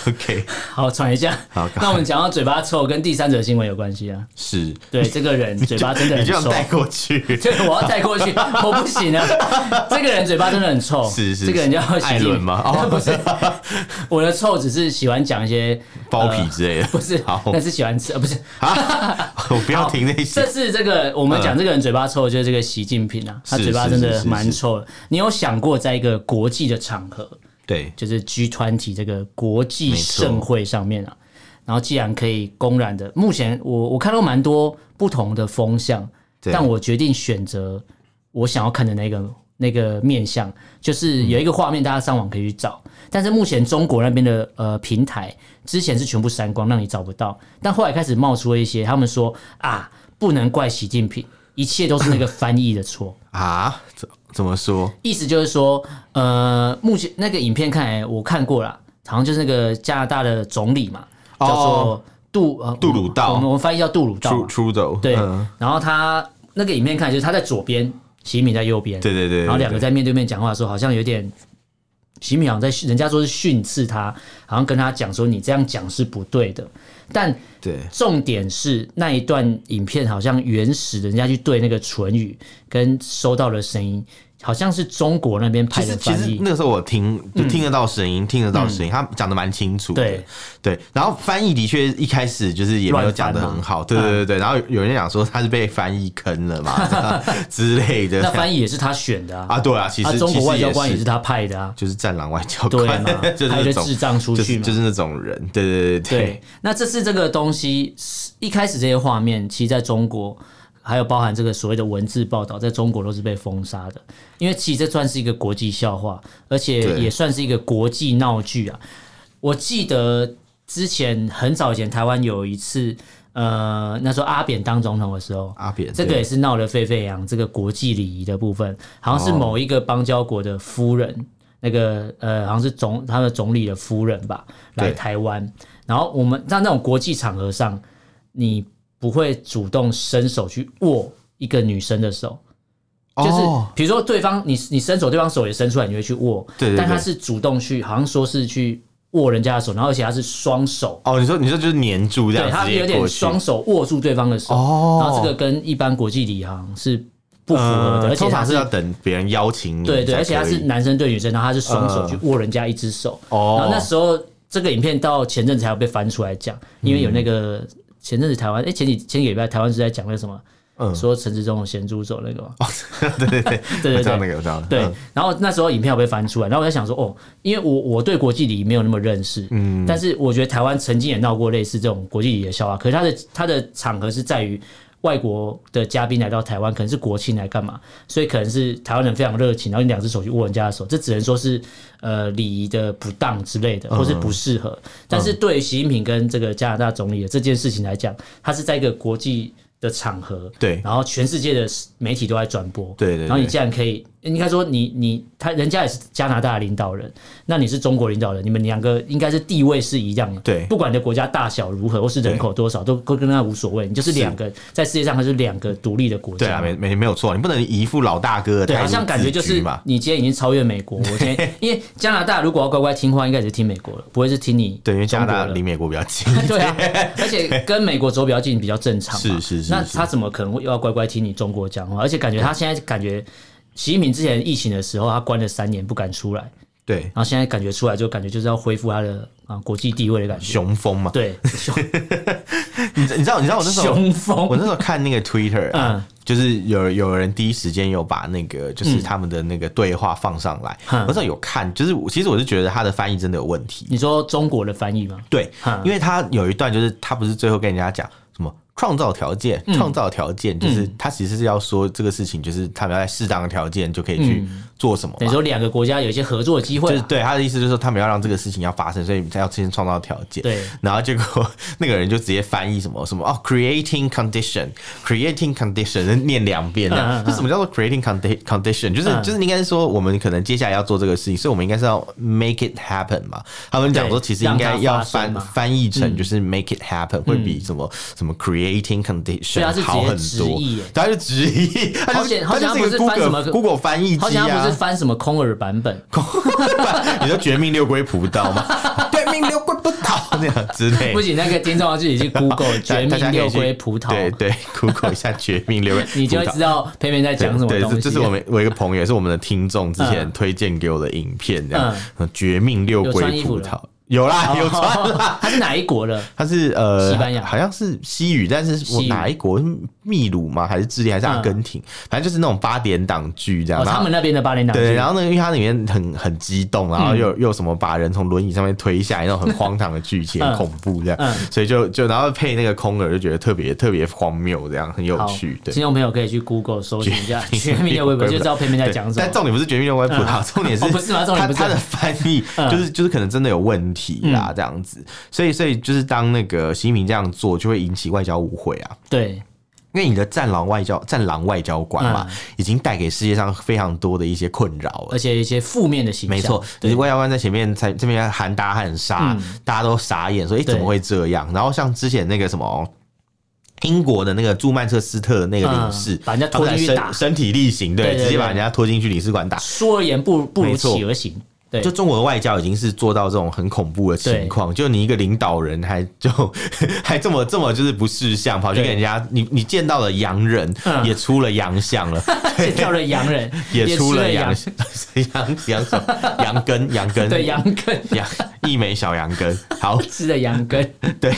[SPEAKER 2] ，OK，
[SPEAKER 1] 好，喘一下
[SPEAKER 2] 好。
[SPEAKER 1] 那我们讲到嘴巴臭，跟第三者新闻有关系啊。
[SPEAKER 2] 是，
[SPEAKER 1] 对，这个人嘴巴真的
[SPEAKER 2] 你
[SPEAKER 1] 很
[SPEAKER 2] 就想
[SPEAKER 1] 臭。
[SPEAKER 2] 带过去，
[SPEAKER 1] 对，我要带 过去，我不行啊！这个人嘴巴真的很臭，
[SPEAKER 2] 是是
[SPEAKER 1] 这个人叫习
[SPEAKER 2] 艾
[SPEAKER 1] 近
[SPEAKER 2] 伦吗？哦，
[SPEAKER 1] 不是，我的臭只是喜欢讲一些
[SPEAKER 2] 包皮
[SPEAKER 1] 呃
[SPEAKER 2] 之类 的，
[SPEAKER 1] 不是
[SPEAKER 2] 好，
[SPEAKER 1] 那是喜欢吃，呃不是。
[SPEAKER 2] 啊！我不要听那
[SPEAKER 1] 这
[SPEAKER 2] 些。
[SPEAKER 1] 次这个我们讲这个人嘴巴臭，就是这个习近平啊，他
[SPEAKER 2] 嗯是
[SPEAKER 1] 嘴巴真
[SPEAKER 2] 是是
[SPEAKER 1] 的
[SPEAKER 2] 是
[SPEAKER 1] 蛮臭的。你有想过，在一个国际的场合，
[SPEAKER 2] 对，
[SPEAKER 1] 就是 G 团体这个国际
[SPEAKER 2] 没错
[SPEAKER 1] 盛会上面啊，然后既然可以公然的，目前我我看到蛮多不同的风向，
[SPEAKER 2] 对
[SPEAKER 1] 但我决定选择我想要看的那个那个面向，就是有一个画面大家上网可以去找，但是目前中国那边的呃平台之前是全部删光，让你找不到，但后来开始冒出了一些，他们说啊，不能怪习近平，一切都是那个翻译的错。
[SPEAKER 2] 啊，怎怎么说？
[SPEAKER 1] 意思就是说，呃，目前那个影片看来我看过了，好像就是那个加拿大的总理嘛，
[SPEAKER 2] 哦
[SPEAKER 1] 叫做杜呃
[SPEAKER 2] 杜鲁道
[SPEAKER 1] 我们我们翻译叫杜鲁道
[SPEAKER 2] 出
[SPEAKER 1] 嘛，
[SPEAKER 2] 出走，
[SPEAKER 1] 哦对
[SPEAKER 2] 嗯。
[SPEAKER 1] 然后他那个影片看来就是他在左边，习近平在右边，
[SPEAKER 2] 对对对对
[SPEAKER 1] 然后两个
[SPEAKER 2] 对
[SPEAKER 1] 在面对面讲话的时候，好像有点。习近平好像在，人家说是训斥他，好像跟他讲说你这样讲是不对的。但
[SPEAKER 2] 对
[SPEAKER 1] 重点是那一段影片好像原始人家去对那个唇语跟收到的声音，好像是中国那边
[SPEAKER 2] 其
[SPEAKER 1] 派
[SPEAKER 2] 实
[SPEAKER 1] 的
[SPEAKER 2] 其
[SPEAKER 1] 翻
[SPEAKER 2] 实
[SPEAKER 1] 译。嗯
[SPEAKER 2] 那个时候我听就听得到声音，听得到声音，他讲的蛮清楚的。
[SPEAKER 1] 对
[SPEAKER 2] 对，然后翻译的确一开始就是也没有
[SPEAKER 1] 乱翻
[SPEAKER 2] 讲的
[SPEAKER 1] 嘛嗯
[SPEAKER 2] 很好，对对对对。然后有人讲说他是被翻译坑了嘛 这样之类的
[SPEAKER 1] 那翻译也是他选的啊，
[SPEAKER 2] 啊，对啊，其
[SPEAKER 1] 啊，
[SPEAKER 2] 实
[SPEAKER 1] 中
[SPEAKER 2] 其
[SPEAKER 1] 国
[SPEAKER 2] 实
[SPEAKER 1] 外交官也
[SPEAKER 2] 也
[SPEAKER 1] 是他派的啊，
[SPEAKER 2] 就是战狼外交
[SPEAKER 1] 对
[SPEAKER 2] 官，
[SPEAKER 1] 嘛，
[SPEAKER 2] 就是
[SPEAKER 1] 派
[SPEAKER 2] 那
[SPEAKER 1] 一个
[SPEAKER 2] 种
[SPEAKER 1] 智障出
[SPEAKER 2] 就是
[SPEAKER 1] 去嘛。
[SPEAKER 2] 就是那种人，对对对
[SPEAKER 1] 对，那这次这个东西一开始这些画面，其实在中国。还有包含这个所谓的文字报道，在中国都是被封杀的，因为其实这算是一个国际笑话，而且
[SPEAKER 2] 对
[SPEAKER 1] 也算是一个国际闹剧啊。我记得之前很早以前，台湾有一次，呃，那时候阿扁当总统的时候，
[SPEAKER 2] 阿扁
[SPEAKER 1] 这个
[SPEAKER 2] 对
[SPEAKER 1] 也是闹得沸沸扬，这个国际礼仪的部分，好像是
[SPEAKER 2] 哦
[SPEAKER 1] 某一个邦交国的夫人，那个呃，好像是总他的总理的夫人吧，来
[SPEAKER 2] 对
[SPEAKER 1] 台湾，然后我们在那种国际场合上，你不会主动伸手去握一个女生的手。就是
[SPEAKER 2] 哦
[SPEAKER 1] 比如说对方你你伸手，对方手也伸出来，你会去握，
[SPEAKER 2] 对对对
[SPEAKER 1] 但他是主动去，好像说是去握人家的手，然后而且他是双手，
[SPEAKER 2] 哦，你说你说就是黏住这
[SPEAKER 1] 对
[SPEAKER 2] 样，
[SPEAKER 1] 他
[SPEAKER 2] 直
[SPEAKER 1] 有
[SPEAKER 2] 接过
[SPEAKER 1] 点
[SPEAKER 2] 去。
[SPEAKER 1] 双手握住对方的手，
[SPEAKER 2] 哦
[SPEAKER 1] 然后这个跟一般国际礼行是不符合的，
[SPEAKER 2] 呃
[SPEAKER 1] 而且
[SPEAKER 2] 通
[SPEAKER 1] 他
[SPEAKER 2] 常是
[SPEAKER 1] 是
[SPEAKER 2] 要等别人邀请你才可
[SPEAKER 1] 对
[SPEAKER 2] 以，
[SPEAKER 1] 对，而且他是男生对女生，然后他是双手
[SPEAKER 2] 嗯
[SPEAKER 1] 去握人家一只手，
[SPEAKER 2] 哦
[SPEAKER 1] 然后那时候这个影片到前阵子还有被翻出来讲，
[SPEAKER 2] 嗯
[SPEAKER 1] 因为有那个前阵子台湾，哎、前几前几个礼拜台湾是在讲那个什么，
[SPEAKER 2] 嗯
[SPEAKER 1] 说陈志忠有咸猪手那个嘛，
[SPEAKER 2] 哦 对对对
[SPEAKER 1] 对对
[SPEAKER 2] 我知道
[SPEAKER 1] 对
[SPEAKER 2] 那个我知道，
[SPEAKER 1] 对
[SPEAKER 2] 嗯，
[SPEAKER 1] 然后那时候影片有被翻出来，然后我在想说，哦，因为我我对国际礼仪没有那么认识，嗯，但是我觉得台湾曾经也闹过类似这种国际礼仪的笑话，可是它的它的场合是在于。外国的嘉宾来到台湾，可能是国庆来干嘛？所以可能是台湾人非常热情，然后你两只手去握人家的手，这只能说是呃礼仪的不当之类
[SPEAKER 2] 嗯
[SPEAKER 1] 的，或是不适合。但是对于习近平跟这个加拿大总理的这件事情来讲，他是在一个国际的场合，
[SPEAKER 2] 对
[SPEAKER 1] 然后全世界的媒体都在转播，
[SPEAKER 2] 对对对
[SPEAKER 1] 然后你既然可以，应该说你你他人家也是加拿大的领导人，那你是中国领导人，你们两个应该是地位是一样的。
[SPEAKER 2] 对
[SPEAKER 1] 不管你的国家大小如何，或是人口多少，都都跟他无所谓。你就是两个在世界上，它是两个独立的国
[SPEAKER 2] 对
[SPEAKER 1] 家
[SPEAKER 2] 啊，。没啊没没有错，你不能一副老大哥的
[SPEAKER 1] 对，
[SPEAKER 2] 态
[SPEAKER 1] 好
[SPEAKER 2] 度
[SPEAKER 1] 像感觉
[SPEAKER 2] 自
[SPEAKER 1] 就是
[SPEAKER 2] 居嘛，
[SPEAKER 1] 你今天已经超越美国，我今天 因为加拿大如果要乖乖听话，应该也是听美国了，不会是听你
[SPEAKER 2] 对，因为加
[SPEAKER 1] 中
[SPEAKER 2] 拿
[SPEAKER 1] 国
[SPEAKER 2] 大
[SPEAKER 1] 了
[SPEAKER 2] 离美国比 较近，
[SPEAKER 1] 对 啊，而且跟美国走比较近比较正常嘛。
[SPEAKER 2] 是是是
[SPEAKER 1] 那
[SPEAKER 2] 是
[SPEAKER 1] 他怎么可能会又要乖乖听你中国讲话？而且感觉他现在感觉，习近平之前疫情的时候，他关了三年不敢出来，
[SPEAKER 2] 对，
[SPEAKER 1] 然后现在感觉出来就感觉就是要恢复他的啊国际地位的感 觉。
[SPEAKER 2] 雄风嘛，
[SPEAKER 1] 对，雄
[SPEAKER 2] 你你知道你知道我那时候
[SPEAKER 1] 雄风
[SPEAKER 2] 我那时候看那个 Twitter，、啊、
[SPEAKER 1] 嗯
[SPEAKER 2] 就是有有人第一时间有把那个就是他们的那个对话放上来，
[SPEAKER 1] 嗯
[SPEAKER 2] 我那时候有看，就是我其实我是觉得他的翻译真的有问题，
[SPEAKER 1] 你说中国的翻译吗？
[SPEAKER 2] 对
[SPEAKER 1] 嗯，
[SPEAKER 2] 因为他有一段就是他不是最后跟人家讲什么创造条件，
[SPEAKER 1] 嗯
[SPEAKER 2] 创造条件就是他其实是要说这个事情，就是他们要在适当的条件就可以去做什么
[SPEAKER 1] 嗯等于
[SPEAKER 2] 嘛。
[SPEAKER 1] 说两个国家有一些合作的机会
[SPEAKER 2] 就是
[SPEAKER 1] 啊。
[SPEAKER 2] 对他的意思，就是说他们要让这个事情要发生，所以才要先创造条件。
[SPEAKER 1] 对
[SPEAKER 2] 然后结果那个人就直接翻译什么什么哦，creating condition，creating condition，念两遍这
[SPEAKER 1] 嗯嗯嗯
[SPEAKER 2] 样。就什么叫做 creating condi- condition？就是
[SPEAKER 1] 嗯
[SPEAKER 2] 就是应该是说我们可能接下来要做这个事情，所以我们应该是要 make it happen 嘛。他们讲说
[SPEAKER 1] 对
[SPEAKER 2] 其实应该
[SPEAKER 1] 让它
[SPEAKER 2] 要
[SPEAKER 1] 发生
[SPEAKER 2] 翻
[SPEAKER 1] 嘛嗯
[SPEAKER 2] 翻译成就是 make it happen，会比什么什么 creating
[SPEAKER 1] 所以他
[SPEAKER 2] condition
[SPEAKER 1] 是直接
[SPEAKER 2] 好很
[SPEAKER 1] 直
[SPEAKER 2] 多
[SPEAKER 1] 译耶。
[SPEAKER 2] 他就直译，他
[SPEAKER 1] 好
[SPEAKER 2] 就是
[SPEAKER 1] 险好
[SPEAKER 2] 他
[SPEAKER 1] 险
[SPEAKER 2] 就是
[SPEAKER 1] 他不
[SPEAKER 2] 一个
[SPEAKER 1] 是翻什么
[SPEAKER 2] Google Google 翻译
[SPEAKER 1] 好
[SPEAKER 2] 机
[SPEAKER 1] 像他不是
[SPEAKER 2] 啊。
[SPEAKER 1] 翻什么空耳版 本，
[SPEAKER 2] 你说《绝命六龟葡萄》吗？ 绝命六龟葡萄 那样之类的
[SPEAKER 1] 不。行，那个听众要自己去 Google《绝
[SPEAKER 2] 大
[SPEAKER 1] 命
[SPEAKER 2] 家可以
[SPEAKER 1] 六
[SPEAKER 2] 去
[SPEAKER 1] 龟葡萄》，
[SPEAKER 2] 对对，Google 一下《绝命六龟葡萄》，
[SPEAKER 1] 你就会知道佩佩在讲什么
[SPEAKER 2] 对，
[SPEAKER 1] 东西啊
[SPEAKER 2] 这
[SPEAKER 1] 了。
[SPEAKER 2] 这是我们我一个朋友，也是我们的听众之前
[SPEAKER 1] 嗯
[SPEAKER 2] 推荐给我的影片，这样《绝命六
[SPEAKER 1] 有穿
[SPEAKER 2] 龟
[SPEAKER 1] 衣服
[SPEAKER 2] 葡
[SPEAKER 1] 了
[SPEAKER 2] 萄》有啦，有 穿啦。
[SPEAKER 1] 他是哪一国的？
[SPEAKER 2] 他是呃，
[SPEAKER 1] 西班牙
[SPEAKER 2] 好像是西语，但是我
[SPEAKER 1] 西语嗯
[SPEAKER 2] 哪一国？秘鲁吗？还是智利？还是阿根廷？反正就是那种八点档剧这样。
[SPEAKER 1] 哦，
[SPEAKER 2] 然后
[SPEAKER 1] 他们那边的八连档
[SPEAKER 2] 对，
[SPEAKER 1] 剧
[SPEAKER 2] 然后呢，因为它里面很很激动，然后
[SPEAKER 1] 嗯
[SPEAKER 2] 又、又什么把人从轮椅上面推下来，那种很荒唐的剧情，很
[SPEAKER 1] 嗯
[SPEAKER 2] 恐怖这样，
[SPEAKER 1] 嗯
[SPEAKER 2] 所以就就然后配那个空耳，就觉得特别特别荒谬，这样很有
[SPEAKER 1] 好
[SPEAKER 2] 趣，，对。
[SPEAKER 1] 听众朋友可以去 Google 搜寻一下《绝命六龟葡
[SPEAKER 2] 龟
[SPEAKER 1] 萄》，就知道佩佩在
[SPEAKER 2] 对
[SPEAKER 1] 讲什么
[SPEAKER 2] 但。重点不是《绝命六龟葡萄》，重点是、
[SPEAKER 1] 哦不是吗重点
[SPEAKER 2] 它
[SPEAKER 1] 不是
[SPEAKER 2] 它的翻译
[SPEAKER 1] 嗯
[SPEAKER 2] 就是、就是可能真的有问题啦，这样子。所以所以就是当那个习近平这样做，就会引起外交误会啊。
[SPEAKER 1] 对，
[SPEAKER 2] 因为你的战狼外交战狼外交官嘛，
[SPEAKER 1] 嗯
[SPEAKER 2] 已经带给世界上非常多的一些困扰了
[SPEAKER 1] 而。且一些负面的形象。
[SPEAKER 2] 没错，就是外交官在前面在这边喊打喊杀，
[SPEAKER 1] 嗯
[SPEAKER 2] 大家都傻眼，说哎、诶
[SPEAKER 1] 对
[SPEAKER 2] 怎么会这样？然后像之前那个什么。英国的那个驻曼彻斯特的那个领事，
[SPEAKER 1] 嗯把人家拖进去
[SPEAKER 2] 他们在
[SPEAKER 1] 打
[SPEAKER 2] 身身体力行，对，
[SPEAKER 1] 对对
[SPEAKER 2] 直接把
[SPEAKER 1] 对
[SPEAKER 2] 人家拖进去领事馆打。
[SPEAKER 1] 说而言不不
[SPEAKER 2] 没
[SPEAKER 1] 如
[SPEAKER 2] 错
[SPEAKER 1] 起而行。对，
[SPEAKER 2] 就中国的外交已经是做到这种很恐怖的情况，就你一个领导人还就 还这么这么就是不识相，跑去
[SPEAKER 1] 对
[SPEAKER 2] 跟人家你你见到了洋人、
[SPEAKER 1] 嗯
[SPEAKER 2] 也出了洋 相了，
[SPEAKER 1] 见到了洋人，
[SPEAKER 2] 也出
[SPEAKER 1] 吃
[SPEAKER 2] 了
[SPEAKER 1] 了
[SPEAKER 2] 洋
[SPEAKER 1] 羊，
[SPEAKER 2] 羊羊什么羊根羊根
[SPEAKER 1] 对羊根
[SPEAKER 2] 羊一枚小羊羹，好，
[SPEAKER 1] 吃了羊 根。
[SPEAKER 2] 对。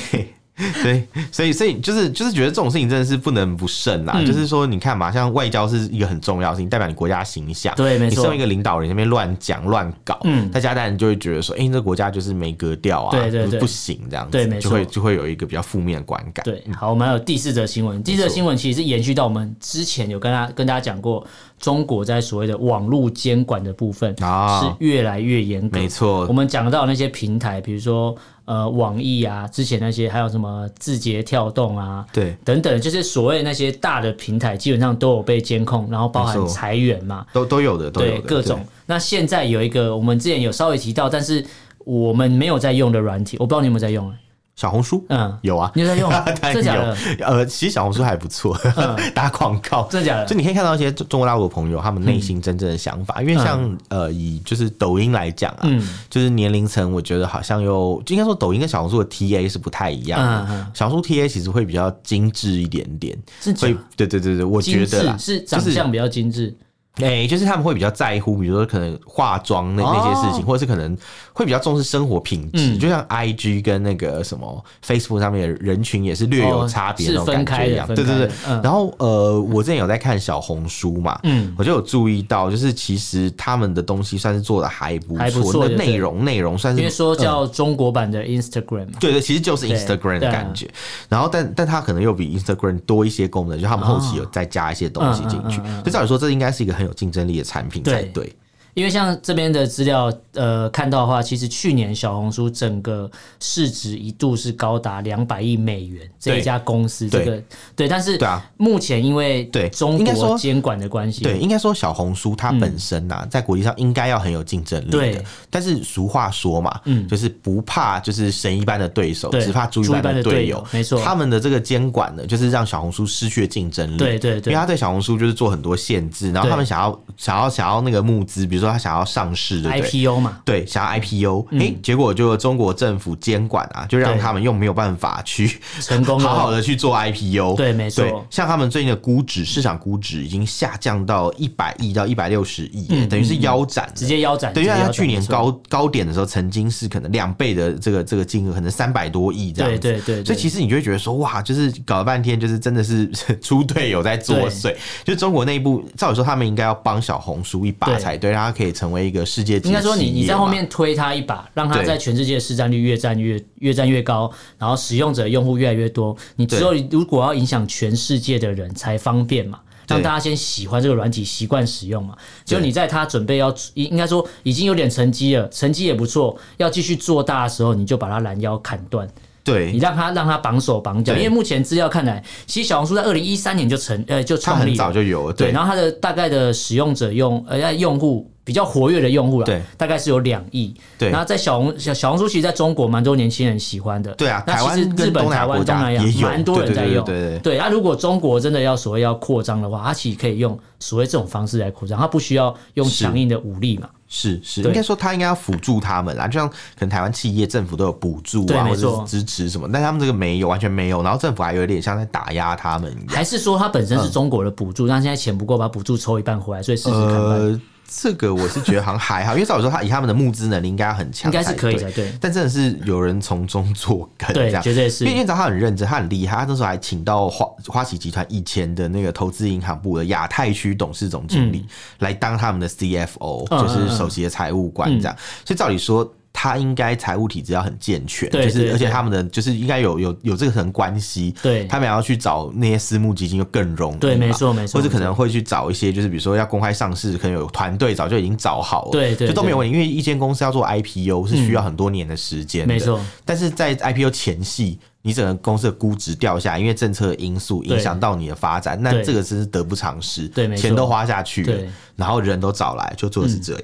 [SPEAKER 2] 对，所以所以就是就是觉得这种事情真的是不能不慎
[SPEAKER 1] 嗯
[SPEAKER 2] 啦。就是说，你看嘛，像外交是一个很重要的事情，代表你国家形象。
[SPEAKER 1] 对没错
[SPEAKER 2] 你身为一个领导人，那边乱讲乱搞，嗯，大家当然就会觉得说，哎、这国家就是没格调啊，
[SPEAKER 1] 对对
[SPEAKER 2] 不
[SPEAKER 1] 对
[SPEAKER 2] 不行这样子，
[SPEAKER 1] 对没
[SPEAKER 2] 就会
[SPEAKER 1] 错
[SPEAKER 2] 就会有一个比较负面的观感。
[SPEAKER 1] 对，好，我们还有第四则新闻。第四则新闻其实是延续到我们之前有跟大跟大家讲过，中国在所谓的网络监管的部分
[SPEAKER 2] 啊
[SPEAKER 1] 是越来越严格。
[SPEAKER 2] 没错
[SPEAKER 1] 我，们讲到那些平台，比如说呃网易啊，之前那些还有什么字节跳动啊，
[SPEAKER 2] 对，
[SPEAKER 1] 等等，就是所谓那些大的平台，基本上都有被监控，然后包
[SPEAKER 2] 没
[SPEAKER 1] 含
[SPEAKER 2] 错
[SPEAKER 1] 裁员嘛，
[SPEAKER 2] 都都有的，都有
[SPEAKER 1] 对
[SPEAKER 2] 的
[SPEAKER 1] 各种。那现在有一个我们之前有稍微提到，但是我们没有在用的软体，我不知道你有没有在用、欸
[SPEAKER 2] 小红书，
[SPEAKER 1] 嗯
[SPEAKER 2] 有啊，
[SPEAKER 1] 你有在用
[SPEAKER 2] 当然
[SPEAKER 1] 真假的嗯
[SPEAKER 2] 有。呃，其实小红书还不错， 打广告。
[SPEAKER 1] 真假的
[SPEAKER 2] 就你可以看到一些中中国大陆的朋友他们内心真正的想法，因为像、呃，以就是抖音来讲啊，
[SPEAKER 1] 嗯
[SPEAKER 2] 就是年龄层，我觉得好像又就应该说抖音跟小红书的 TA 是不太一样的。
[SPEAKER 1] 嗯嗯
[SPEAKER 2] 小红书 TA 其实会比较精致一点点，
[SPEAKER 1] 是
[SPEAKER 2] 所以
[SPEAKER 1] 讲
[SPEAKER 2] 对对对对，我觉
[SPEAKER 1] 精
[SPEAKER 2] 得啦
[SPEAKER 1] 致是
[SPEAKER 2] 就
[SPEAKER 1] 长
[SPEAKER 2] 是
[SPEAKER 1] 相比较精致，
[SPEAKER 2] 哎、就是他们会比较在乎，比如说可能化妆那那些事情，
[SPEAKER 1] 哦
[SPEAKER 2] 或者是可能会比较重视生活品质，
[SPEAKER 1] 嗯
[SPEAKER 2] 就像 I G 跟那个什么 Facebook 上面的人群也是略有差别
[SPEAKER 1] 哦
[SPEAKER 2] 那
[SPEAKER 1] 是
[SPEAKER 2] 种感
[SPEAKER 1] 分开
[SPEAKER 2] 觉
[SPEAKER 1] 的
[SPEAKER 2] 一样。
[SPEAKER 1] 分
[SPEAKER 2] 对
[SPEAKER 1] 开
[SPEAKER 2] 对
[SPEAKER 1] 的
[SPEAKER 2] 对。
[SPEAKER 1] 嗯
[SPEAKER 2] 然后呃，我之前有在看小红书嘛，
[SPEAKER 1] 嗯
[SPEAKER 2] 我就有注意到，就是其实他们的东西算是做的还不
[SPEAKER 1] 还不
[SPEAKER 2] 错，
[SPEAKER 1] 错
[SPEAKER 2] 那
[SPEAKER 1] 就对
[SPEAKER 2] 内容内容算是
[SPEAKER 1] 因为说
[SPEAKER 2] 嗯
[SPEAKER 1] 叫中国版的 Instagram 嘛，
[SPEAKER 2] 对对，其实就是
[SPEAKER 1] 对对
[SPEAKER 2] Instagram 的
[SPEAKER 1] 啊
[SPEAKER 2] 感觉。然后但，但它可能又比 Instagram 多一些功能，就他们后期有再加一些东西进去
[SPEAKER 1] 嗯嗯嗯。嗯
[SPEAKER 2] 就照理说，这应该是一个很有竞争力的产品才对。
[SPEAKER 1] 因为像这边的资料，呃，看到的话，其实去年小红书整个市值一度是高达两百亿美元，这
[SPEAKER 2] 对
[SPEAKER 1] 一家公司，
[SPEAKER 2] 对
[SPEAKER 1] 这个对，但是
[SPEAKER 2] 对啊
[SPEAKER 1] 目前因为
[SPEAKER 2] 对
[SPEAKER 1] 中
[SPEAKER 2] 应该
[SPEAKER 1] 国
[SPEAKER 2] 说
[SPEAKER 1] 监管的关系，
[SPEAKER 2] 对，应该说小红书它本身呐、在国际上应该要很有竞争力的
[SPEAKER 1] 嗯对。嗯
[SPEAKER 2] 但是俗话说嘛，就是不怕就是神一般的对手，
[SPEAKER 1] 对
[SPEAKER 2] 只怕猪一
[SPEAKER 1] 猪一
[SPEAKER 2] 般
[SPEAKER 1] 般
[SPEAKER 2] 的
[SPEAKER 1] 的
[SPEAKER 2] 队
[SPEAKER 1] 队
[SPEAKER 2] 友
[SPEAKER 1] 友。没错
[SPEAKER 2] 他们的这个监管呢，就是让小红书失去了竞争力。
[SPEAKER 1] 对对对
[SPEAKER 2] 因为他对小红书就是做很多限制，然后
[SPEAKER 1] 对
[SPEAKER 2] 他们想要想要想要那个募资，比如说他想要上市，对不对？
[SPEAKER 1] IPO 嘛，
[SPEAKER 2] 对，想要 IPO，哎、结果就中国政府监管啊，就让
[SPEAKER 1] 嗯对
[SPEAKER 2] 他们又没有办法去
[SPEAKER 1] 成功了
[SPEAKER 2] 好好的去做 IPO。
[SPEAKER 1] 对没错
[SPEAKER 2] 像他们最近的估值，市场估值已经下降到一百亿到一百六十亿，等于是腰斩了。
[SPEAKER 1] 嗯直接腰斩，
[SPEAKER 2] 对，因为它去年
[SPEAKER 1] 直接腰斩
[SPEAKER 2] 高高点的时候，曾经是可能两倍的这个这个金额，可能三百多亿这样子。
[SPEAKER 1] 对对对对
[SPEAKER 2] 所以其实你就会觉得说，哇，就是搞了半天，就是真的是 猪队友在作祟。就中国内部，照理说他们应该要帮小红书一把
[SPEAKER 1] 对
[SPEAKER 2] 才对，让它可以成为一个世界级
[SPEAKER 1] 应该说你
[SPEAKER 2] 企业
[SPEAKER 1] 你在
[SPEAKER 2] 嘛
[SPEAKER 1] 后面推它一把，让它
[SPEAKER 2] 对
[SPEAKER 1] 在全世界的市占率越占越越占越高，然后使用者用户越来越多，你之后如果要影响全世界的人才方便嘛。让
[SPEAKER 2] 对
[SPEAKER 1] 大家先喜欢这个软体，习惯使用嘛。就
[SPEAKER 2] 对
[SPEAKER 1] 你在它准备要应应该说已经有点成绩了，成绩也不错，要继续做大的时候，你就把它拦腰砍断。
[SPEAKER 2] 对
[SPEAKER 1] 你让他让他绑手绑脚，
[SPEAKER 2] 对
[SPEAKER 1] 因为目前资料看来，其实小红书在二零一三年就成呃就
[SPEAKER 2] 它
[SPEAKER 1] 创立
[SPEAKER 2] 很
[SPEAKER 1] 了
[SPEAKER 2] 早就有了，
[SPEAKER 1] 对，
[SPEAKER 2] 对
[SPEAKER 1] 然后它的大概的使用者用呃用户比较活跃的用户啦，
[SPEAKER 2] 对
[SPEAKER 1] 大概是有两亿。
[SPEAKER 2] 对
[SPEAKER 1] 然后在小红小小红书其实在中国蛮多年轻人喜欢的。
[SPEAKER 2] 对啊
[SPEAKER 1] 那
[SPEAKER 2] 台湾
[SPEAKER 1] 其实
[SPEAKER 2] 跟
[SPEAKER 1] 日本、
[SPEAKER 2] 东南亚
[SPEAKER 1] 台湾、
[SPEAKER 2] 国家
[SPEAKER 1] 东南亚
[SPEAKER 2] 也有
[SPEAKER 1] 蛮多人在用。
[SPEAKER 2] 对对对对对
[SPEAKER 1] 那如果中国真的要所谓要扩张的话，它其实可以用所谓这种方式来扩张，它不需要用
[SPEAKER 2] 是
[SPEAKER 1] 强硬的武力嘛。
[SPEAKER 2] 是是，
[SPEAKER 1] 对
[SPEAKER 2] 应该说他应该要辅助他们啦，就像可能台湾企业政府都有补助
[SPEAKER 1] 对
[SPEAKER 2] 啊，或
[SPEAKER 1] 没
[SPEAKER 2] 者
[SPEAKER 1] 错
[SPEAKER 2] 是支持什么，但他们这个没有，完全没有，然后政府还有点像在打压他们一样。
[SPEAKER 1] 还是说它本身
[SPEAKER 2] 嗯
[SPEAKER 1] 是中国的补助，但现在钱不够，把补助抽一半回来，所以试试看吧。
[SPEAKER 2] 呃，这个我是觉得好像还好，因为照理说他以他们的募资能力应该很强，
[SPEAKER 1] 应该是可以才
[SPEAKER 2] 对
[SPEAKER 1] 对。
[SPEAKER 2] 但真的是有人从中作梗，
[SPEAKER 1] 对
[SPEAKER 2] 这样
[SPEAKER 1] 绝对是
[SPEAKER 2] 因为因为他很认真，他很厉害，他那时候还请到花花旗集团以前的那个投资银行部的亚太区董事总经理、来当他们的 CFO，、
[SPEAKER 1] 嗯
[SPEAKER 2] 就是首席的财务官这样。所以照理说。他应该财务体制要很健全，
[SPEAKER 1] 对
[SPEAKER 2] 就是
[SPEAKER 1] 对
[SPEAKER 2] 而且
[SPEAKER 1] 对
[SPEAKER 2] 他们的就是应该有有有这个层关系，
[SPEAKER 1] 对
[SPEAKER 2] 他们要去找那些私募基金就更容易嘛，
[SPEAKER 1] 对没错没错
[SPEAKER 2] 或者可
[SPEAKER 1] 没
[SPEAKER 2] 能会去找一些就是比如说要公开上市，可能有团队早就已经找好了，
[SPEAKER 1] 对对
[SPEAKER 2] 就都没有
[SPEAKER 1] 对
[SPEAKER 2] 问题，因为一间公司要做 IPO 是需要很多年的时间的，
[SPEAKER 1] 没错
[SPEAKER 2] 但是在 IPO 前夕，你整个公司的估值掉下来，因为政策因素影响到你的发展，那
[SPEAKER 1] 对
[SPEAKER 2] 这个真是得不偿失。
[SPEAKER 1] 对没错
[SPEAKER 2] 钱都花下去了
[SPEAKER 1] 对，嗯
[SPEAKER 2] 然后人都找来，就做的是这样。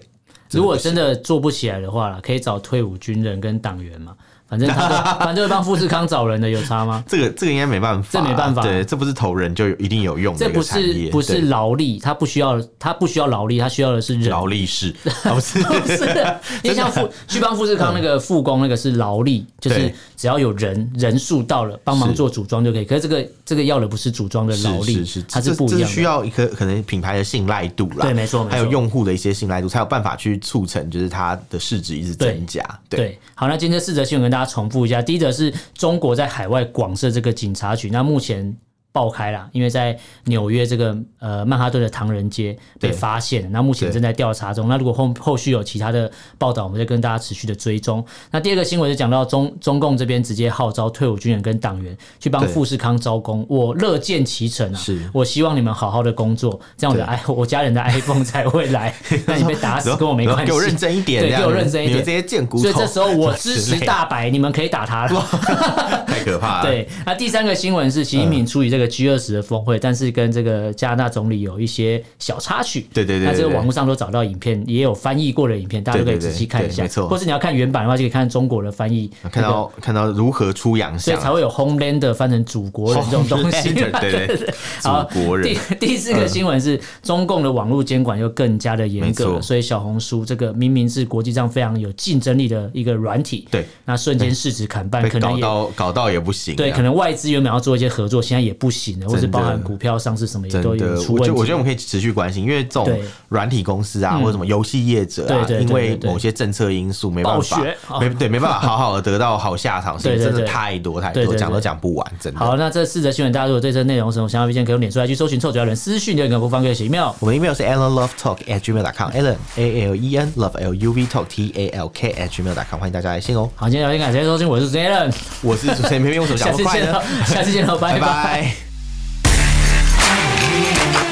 [SPEAKER 1] 如果真的做不起来的话啦，可以找退伍军人跟党员嘛，反正 他都反正会帮富士康找人的，有差吗？
[SPEAKER 2] 这个这个应该没办法，啊
[SPEAKER 1] 这没办法
[SPEAKER 2] 对，这不是投人就有一定有用的
[SPEAKER 1] 这
[SPEAKER 2] 一个
[SPEAKER 1] 不
[SPEAKER 2] 产业，
[SPEAKER 1] 是不是
[SPEAKER 2] 对
[SPEAKER 1] 劳力，他不需要他不需要劳力，他需要的是人。
[SPEAKER 2] 劳力 士，哦不是
[SPEAKER 1] 是的，你像富去帮富士康那个复工那个是劳力，就是
[SPEAKER 2] 嗯对
[SPEAKER 1] 只要有人人数到了，帮忙
[SPEAKER 2] 是
[SPEAKER 1] 做组装就可以。可是这个这个要的不是组装的劳力，
[SPEAKER 2] 是是是，
[SPEAKER 1] 它
[SPEAKER 2] 这
[SPEAKER 1] 是不
[SPEAKER 2] 这
[SPEAKER 1] 一
[SPEAKER 2] 是
[SPEAKER 1] 样
[SPEAKER 2] 需
[SPEAKER 1] 的。
[SPEAKER 2] 要一个可能品牌的信赖度啦，
[SPEAKER 1] 对没错没错
[SPEAKER 2] 还有用户的一些信赖度，才有办法去促成就是它的市值一直
[SPEAKER 1] 对
[SPEAKER 2] 增加，对
[SPEAKER 1] 对，好，那今天四则新闻跟大家重复一下。第一则是中国在海外广设这个警察局，那目前爆开啦，因为在纽约这个呃曼哈顿的唐人街被
[SPEAKER 2] 对
[SPEAKER 1] 发现了，那目前
[SPEAKER 2] 对
[SPEAKER 1] 正在调查中。那如果后后续有其他的报道，我们再跟大家持续的追踪。那第二个新闻是讲到中中共这边直接号召退伍军人跟党员去帮
[SPEAKER 2] 对
[SPEAKER 1] 富士康招工，我乐见其成啊！
[SPEAKER 2] 是
[SPEAKER 1] 我希望你们好好的工作，这样我的 i 我家人的 iPhone 才会 来。那你被打死跟我没关系，
[SPEAKER 2] 给我认真一点，
[SPEAKER 1] 对，
[SPEAKER 2] 这样
[SPEAKER 1] 给我认真一
[SPEAKER 2] 你
[SPEAKER 1] 点
[SPEAKER 2] 们。这些贱骨头。
[SPEAKER 1] 所以这时候我支
[SPEAKER 2] 之
[SPEAKER 1] 持
[SPEAKER 2] 类的
[SPEAKER 1] 大白，你们可以打他了。
[SPEAKER 2] 太可怕了。
[SPEAKER 1] 对，那第三个新闻是习近平出于这个个 G 二十的峰会，但是跟这个加拿大总理有一些小插曲。
[SPEAKER 2] 对对对对对
[SPEAKER 1] 那这个网络上都找到影片，也有翻译过的影片，大家都可以
[SPEAKER 2] 对对对
[SPEAKER 1] 仔细看一下。
[SPEAKER 2] 对没错
[SPEAKER 1] 或是你要看原版的话，就可以看中国的翻译。
[SPEAKER 2] 看到看到如何出洋
[SPEAKER 1] 所以
[SPEAKER 2] 相，
[SPEAKER 1] 才会有 homelander 翻成祖国人这种东西。
[SPEAKER 2] Homelander，对对
[SPEAKER 1] 好
[SPEAKER 2] 祖国人嗯
[SPEAKER 1] 第第四个新闻是、中共的网络监管又更加的严格
[SPEAKER 2] 没
[SPEAKER 1] 了，
[SPEAKER 2] 错
[SPEAKER 1] 所以小红书这个明明是国际上非常有竞争力的一个软体，
[SPEAKER 2] 对，
[SPEAKER 1] 那瞬间市值砍半，
[SPEAKER 2] 被
[SPEAKER 1] 可能
[SPEAKER 2] 搞
[SPEAKER 1] 也。
[SPEAKER 2] 到搞到也不行啊。
[SPEAKER 1] 对，可能外资原本要做一些合作，现在也不行了，或者包含股票上市什么也
[SPEAKER 2] 真
[SPEAKER 1] 都有
[SPEAKER 2] 的，
[SPEAKER 1] 出
[SPEAKER 2] 我
[SPEAKER 1] 问
[SPEAKER 2] 觉
[SPEAKER 1] 题
[SPEAKER 2] 得。我觉得我们可以持续关心，因为这种
[SPEAKER 1] 对嗯
[SPEAKER 2] 软体公司啊，或者什么游戏业者啊，
[SPEAKER 1] 对对对对
[SPEAKER 2] 因为
[SPEAKER 1] 对
[SPEAKER 2] 某些政策因素没办法
[SPEAKER 1] 暴雪，啊
[SPEAKER 2] 没对没办法好好的得到好下场，
[SPEAKER 1] 对对对
[SPEAKER 2] 真的太多太
[SPEAKER 1] 对对
[SPEAKER 2] 多，
[SPEAKER 1] 对
[SPEAKER 2] 讲都讲不完，真的。
[SPEAKER 1] 好，那这四则新闻，大家如果对这内容有什么想法意见，可以用脸书来去搜寻臭主要人私讯，留言给我们不方便写 email。
[SPEAKER 2] 我们 email 是 alan love talk at gmail com alan a l e n love l u v talk t a l k at gmail com，欢迎大家来信哦。
[SPEAKER 1] 好，今天聊天感谢收听，我是 Jalen，
[SPEAKER 2] 我是主持人偏偏，为什么
[SPEAKER 1] 下哦
[SPEAKER 2] 讲
[SPEAKER 1] 次
[SPEAKER 2] 不快
[SPEAKER 1] 见
[SPEAKER 2] 呢
[SPEAKER 1] 喽？，下次见喽，
[SPEAKER 2] 拜
[SPEAKER 1] 拜拜
[SPEAKER 2] 拜。